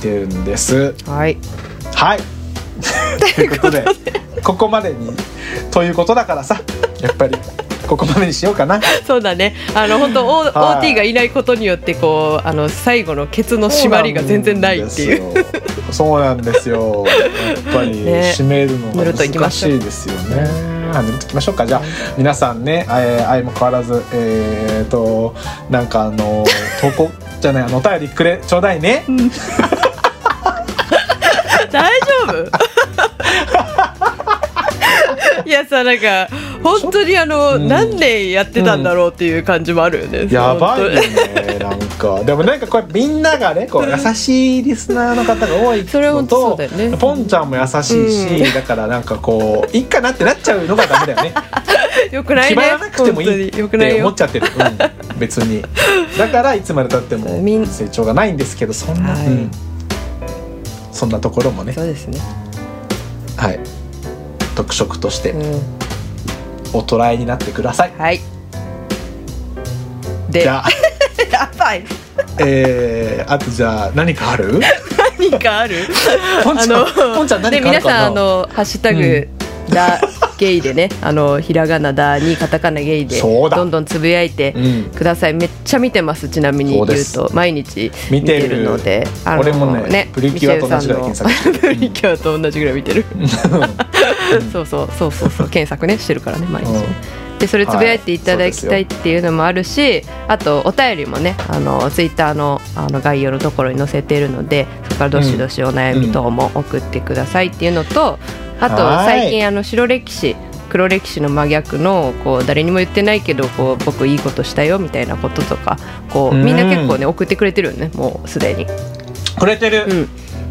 S1: てるんです、
S2: はい
S1: はい ということでここまでにということだからさやっぱりここまでにしようかな
S2: そうだねあの本当 O-
S1: はい
S2: OT がいないことによってこうあの最後のケツの締まりが全然ないっていう
S1: うそうなんですよやっぱり
S2: ね
S1: 締めるの
S2: ぬ
S1: が
S2: るっといき
S1: 難
S2: ましょう
S1: しいですよねあぬるっといきましょうかじゃあ皆さんね、えー、相も変わらずえー、となんかあの投稿 じゃないあのお便りくれちょうだいね
S2: 大丈夫 いやさなんか本当にあの、
S1: うん
S2: 何年やってたんだろうっていう感じもあるよね、
S1: やばいよ
S2: 本
S1: ねなんかでもなんかこれみんながねこう優しいリスナーの方が多い
S2: それは
S1: の
S2: 本当そう
S1: と
S2: だよね
S1: ポンちゃんも優しいし、だからなんかこういっかなってなっちゃうのがダメだよね
S2: 当よくない
S1: 決
S2: ね
S1: まらなくてもい
S2: 本
S1: い
S2: 当によ
S1: っ
S2: くない
S1: て思
S2: よ
S1: っちゃってる、うん、別 にだからいつまでたっても
S2: みん
S1: 成長がないんですけどそんな、
S2: はい
S1: うんそんなところもね
S2: そうですね、
S1: はい特色として
S2: う
S1: お捉えになってください、
S2: ん、はいで
S1: じ
S2: や
S1: ゃあ
S2: ばい
S1: えー、あとじゃあ何かあ る
S2: 何かある
S1: ポンちゃんポンちゃん何かあ
S2: で皆
S1: るかな
S2: さんあの「ハッシュタグ、だゲイ」でねあのひらがなだにカタカナゲイで
S1: そうだ
S2: どんどんつぶやいて
S1: うん
S2: ください、めっちゃ見てますちなみに
S1: そ
S2: 言
S1: う
S2: う
S1: です
S2: と毎日
S1: 見
S2: 見
S1: てる
S2: てるのであの
S1: 俺もねプリキュアと同じぐらい検索して
S2: ミシェルさんの プリキュアと同じぐらい見てる そうそうそうそうそう検索ねしてるからね 毎日ね、でそれつぶやいていただきたいっていうのもあるし、あとお便りもねあのツイッターのあの概要のところに載せているのでそこからどしどしお悩み等も送ってくださいっていうのと、あと
S1: はい
S2: 最近あの白歴史黒歴史の真逆のこう誰にも言ってないけどこう僕いいことしたよみたいなこととかこうみんな結構ね送ってくれてるよねもうすでに。
S1: くれてる、
S2: うん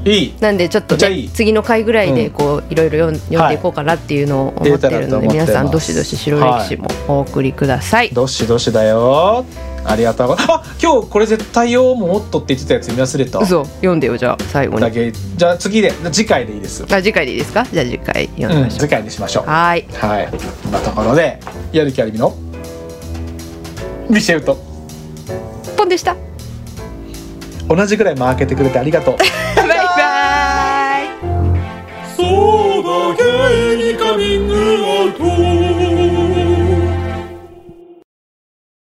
S1: いい
S2: なんでちょっと
S1: じゃあいい
S2: ね次の回ぐらいうで
S1: ん
S2: こういろいろ読ん読んでいこうかなっていうのを思ってるので、
S1: はい出たらと思ってます
S2: 皆さんどしどし白歴史もお送りください。
S1: どしどしだよありがとうあ今日これ絶対よもうおっとって言ってたやつ見忘れた
S2: 嘘読んでよじゃあ最後に
S1: だ。けじゃあ次で次回でいいです、
S2: あ次回でいいですかじゃあ次回読み
S1: う
S2: ま
S1: ん、
S2: しょう。
S1: 次回にしましょう
S2: はーい
S1: はいこんなところでやる気ありみのミシェルと
S2: ポンでした。
S1: 同じぐらいマーケてくれてありがとう
S2: バイバイ。
S4: そうだゲイにカミングアウト